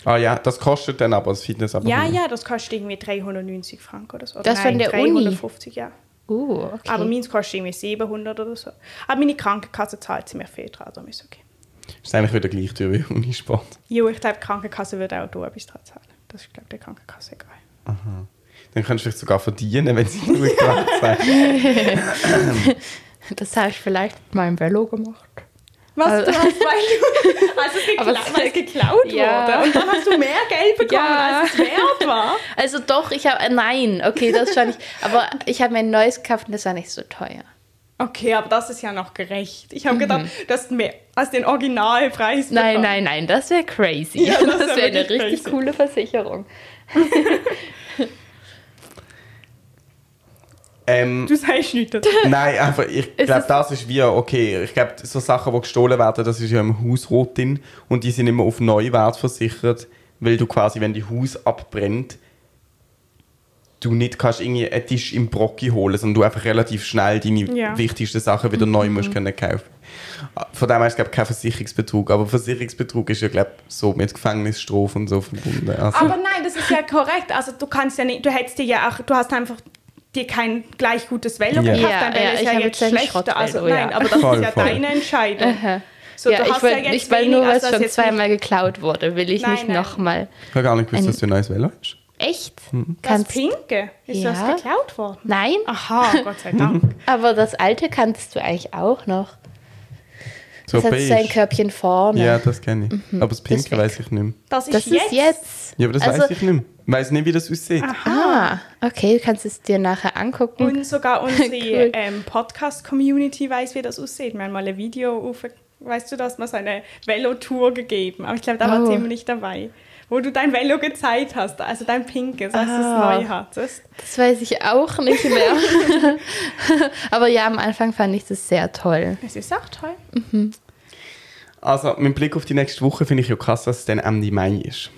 Speaker 1: Ah ja, das kostet dann aber das Fitness aber
Speaker 2: Ja,
Speaker 1: nicht.
Speaker 2: ja, das kostet irgendwie 390 Franken oder so. Oder
Speaker 3: Das von der Uni?
Speaker 2: 350, ja.
Speaker 3: Uh, okay.
Speaker 2: Aber meins kostet irgendwie 700 oder so. Aber meine Krankenkasse zahlt ziemlich viel dran, darum ist es okay.
Speaker 1: Ist eigentlich wieder gleich teuer wie Unisport.
Speaker 2: Jo, ich glaube, die Krankenkasse würde auch du etwas dran zahlen. Das ist, glaube ich, der Krankenkasse egal.
Speaker 1: Dann kannst du vielleicht sogar verdienen, wenn sie nur gerade sein.
Speaker 3: das habe ich vielleicht mit meinem Bello gemacht.
Speaker 2: Was,
Speaker 3: Also-
Speaker 2: du hast, weil du, also es
Speaker 3: Aber
Speaker 2: geklaut,
Speaker 3: es-
Speaker 2: weil es geklaut
Speaker 3: Ja.
Speaker 2: wurde. Und dann hast du mehr Geld bekommen,
Speaker 3: Ja.
Speaker 2: als es wert war.
Speaker 3: Also doch, ich habe. Nein, okay, das schon nicht. Aber ich habe mir ein neues gekauft und das war nicht so teuer.
Speaker 2: Okay, aber das ist ja noch gerecht. Ich habe gedacht, du hast mehr als den Originalpreis
Speaker 3: Nein,
Speaker 2: bekommen.
Speaker 3: nein, nein, das wäre crazy.
Speaker 2: Ja,
Speaker 3: das
Speaker 2: das wär
Speaker 3: wäre eine
Speaker 2: wirklich
Speaker 3: richtig
Speaker 2: crazy.
Speaker 3: coole Versicherung.
Speaker 1: ähm,
Speaker 2: Du sagst nichts dazu.
Speaker 1: nein, einfach, ich glaube, das ist wie, okay, ich glaube, so Sachen, die gestohlen werden, das ist ja im Haus rot drin und die sind immer auf Neuwert versichert, weil du quasi, wenn die Haus abbrennt, du nicht kannst irgendwie einen Tisch im Brocki holen, sondern du einfach relativ schnell deine
Speaker 2: Ja. Mhm.
Speaker 1: wichtigsten Sachen wieder neu musst können kaufen. Von dem her ist, glaube ich, kein Versicherungsbetrug, aber Versicherungsbetrug ist ja, glaube ich, so mit Gefängnisstrafe und so verbunden. Also,
Speaker 2: Aber nein, das ist ja korrekt. Also du kannst ja nicht, du hättest dir ja auch, du hast einfach dir kein gleich gutes Velo
Speaker 1: Ja.
Speaker 2: gekauft,
Speaker 3: Ja,
Speaker 2: dann wäre
Speaker 3: ja,
Speaker 2: es
Speaker 3: ich
Speaker 2: ja
Speaker 3: habe
Speaker 2: jetzt
Speaker 3: jetzt ein
Speaker 2: schlechter.
Speaker 3: Schrottvelo,
Speaker 2: Also
Speaker 3: ja.
Speaker 2: nein, aber das
Speaker 1: Voll,
Speaker 2: ist ja
Speaker 1: voll.
Speaker 2: deine Entscheidung. So,
Speaker 3: ja,
Speaker 2: du
Speaker 3: ich
Speaker 2: hast ja
Speaker 3: wollte
Speaker 2: jetzt
Speaker 3: nicht, weil nur
Speaker 2: weniger,
Speaker 3: was
Speaker 2: also
Speaker 3: schon
Speaker 2: jetzt nicht-
Speaker 3: zweimal geklaut wurde, will ich
Speaker 2: Nein,
Speaker 3: nicht
Speaker 2: nein.
Speaker 3: nochmal.
Speaker 1: ich habe gar nicht gewusst,
Speaker 3: Ein-
Speaker 1: dass du ein neues Velo hast.
Speaker 3: Echt?
Speaker 1: Hm.
Speaker 2: Das
Speaker 3: Kannst,
Speaker 2: Pinke, ist
Speaker 3: Ja.
Speaker 2: das geklaut worden?
Speaker 3: nein,
Speaker 2: Aha, Gott sei Dank.
Speaker 3: aber das alte kannst du eigentlich auch noch.
Speaker 1: So
Speaker 3: Das hat so ein
Speaker 1: beige.
Speaker 3: Körbchen vorne.
Speaker 1: Ja, das kenne ich. Aber das Pinke
Speaker 3: Mhm. weg.
Speaker 1: weiß ich nicht mehr.
Speaker 2: Das ist
Speaker 3: das
Speaker 2: jetzt.
Speaker 3: ist jetzt.
Speaker 1: Ja, aber das
Speaker 3: Also-
Speaker 1: weiß ich nicht mehr. Ich weiß nicht, wie das aussieht.
Speaker 3: Ah, okay, du kannst es dir nachher angucken.
Speaker 2: Und sogar unsere
Speaker 3: Cool.
Speaker 2: ähm, Podcast-Community weiß, wie das aussieht. Wir haben mal ein Video auf, weißt du, da hat man so eine Velotour gegeben. Aber ich glaube, da war
Speaker 3: Oh.
Speaker 2: Tim nicht dabei. wo du dein Velo gezeigt hast, also dein pinkes, als du
Speaker 3: Ah.
Speaker 2: es neu hattest.
Speaker 3: Das weiß ich auch nicht mehr. Aber ja, am Anfang fand ich das sehr toll.
Speaker 2: Es ist auch toll.
Speaker 1: Also, mit Blick auf die nächste Woche finde ich ja krass, dass es dann Ende Mai ist.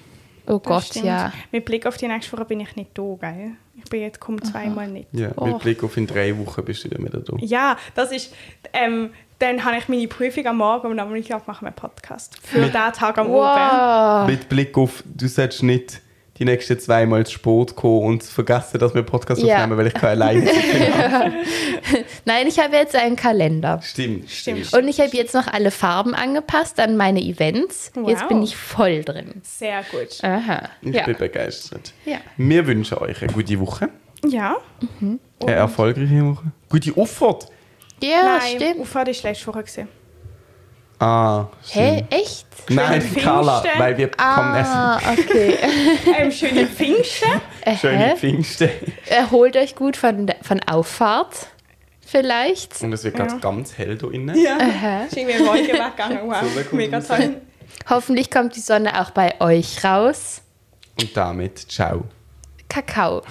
Speaker 3: Oh
Speaker 2: Das
Speaker 3: Gott,
Speaker 2: stimmt.
Speaker 3: ja.
Speaker 2: Mit Blick auf die nächste Woche bin ich nicht da, gell? Ich bin jetzt kaum zweimal nicht.
Speaker 1: Ja,
Speaker 3: Och.
Speaker 1: mit Blick auf in drei Wochen bist du dann wieder da.
Speaker 2: Ja, das ist. Ähm, dann habe ich meine Prüfung am Morgen und am Mittag machen wir einen Podcast. Für den Tag am Abend.
Speaker 3: Wow.
Speaker 1: Mit Blick auf, du sollst nicht die nächsten zweimal zu spät kommen und vergessen, dass wir Podcast
Speaker 3: Ja.
Speaker 1: aufnehmen, weil ich kann alleine bin.
Speaker 3: Nein, ich habe jetzt einen Kalender.
Speaker 1: Stimmt,
Speaker 2: Stimmt.
Speaker 1: stimmt.
Speaker 3: Und ich habe jetzt noch alle Farben angepasst an meine Events. Jetzt
Speaker 2: Wow.
Speaker 3: bin ich voll drin.
Speaker 2: Sehr gut.
Speaker 3: Aha.
Speaker 1: Ich
Speaker 3: Ja.
Speaker 1: bin begeistert.
Speaker 3: Ja.
Speaker 1: Wir wünschen euch eine gute Woche,
Speaker 2: Ja.
Speaker 1: eine erfolgreiche Woche, gute Auffahrt.
Speaker 3: Ja,
Speaker 2: Nein,
Speaker 3: stimmt.
Speaker 2: Ufa, die ist letzte Woche. Gewesen.
Speaker 1: Ah, stimmt.
Speaker 3: Hä, echt?
Speaker 1: Nein,
Speaker 2: Schöne
Speaker 1: Carla,
Speaker 2: Pfingsten.
Speaker 1: weil wir kommen essen.
Speaker 3: Ah, okay.
Speaker 2: ähm, schöne Pfingsten.
Speaker 1: Schöne
Speaker 3: Ähä.
Speaker 1: Pfingsten.
Speaker 3: Erholt euch gut von, der- von Auffahrt. Vielleicht.
Speaker 1: Und es wird gerade ganz hell da innen.
Speaker 3: É.
Speaker 2: Ja. Ist irgendwie ruhig weggegangen.
Speaker 1: So, da
Speaker 2: Wow,
Speaker 1: kommt
Speaker 2: mega
Speaker 1: raus.
Speaker 2: toll.
Speaker 3: Hoffentlich kommt die Sonne auch bei euch raus.
Speaker 1: Und damit, ciao.
Speaker 3: Kakao.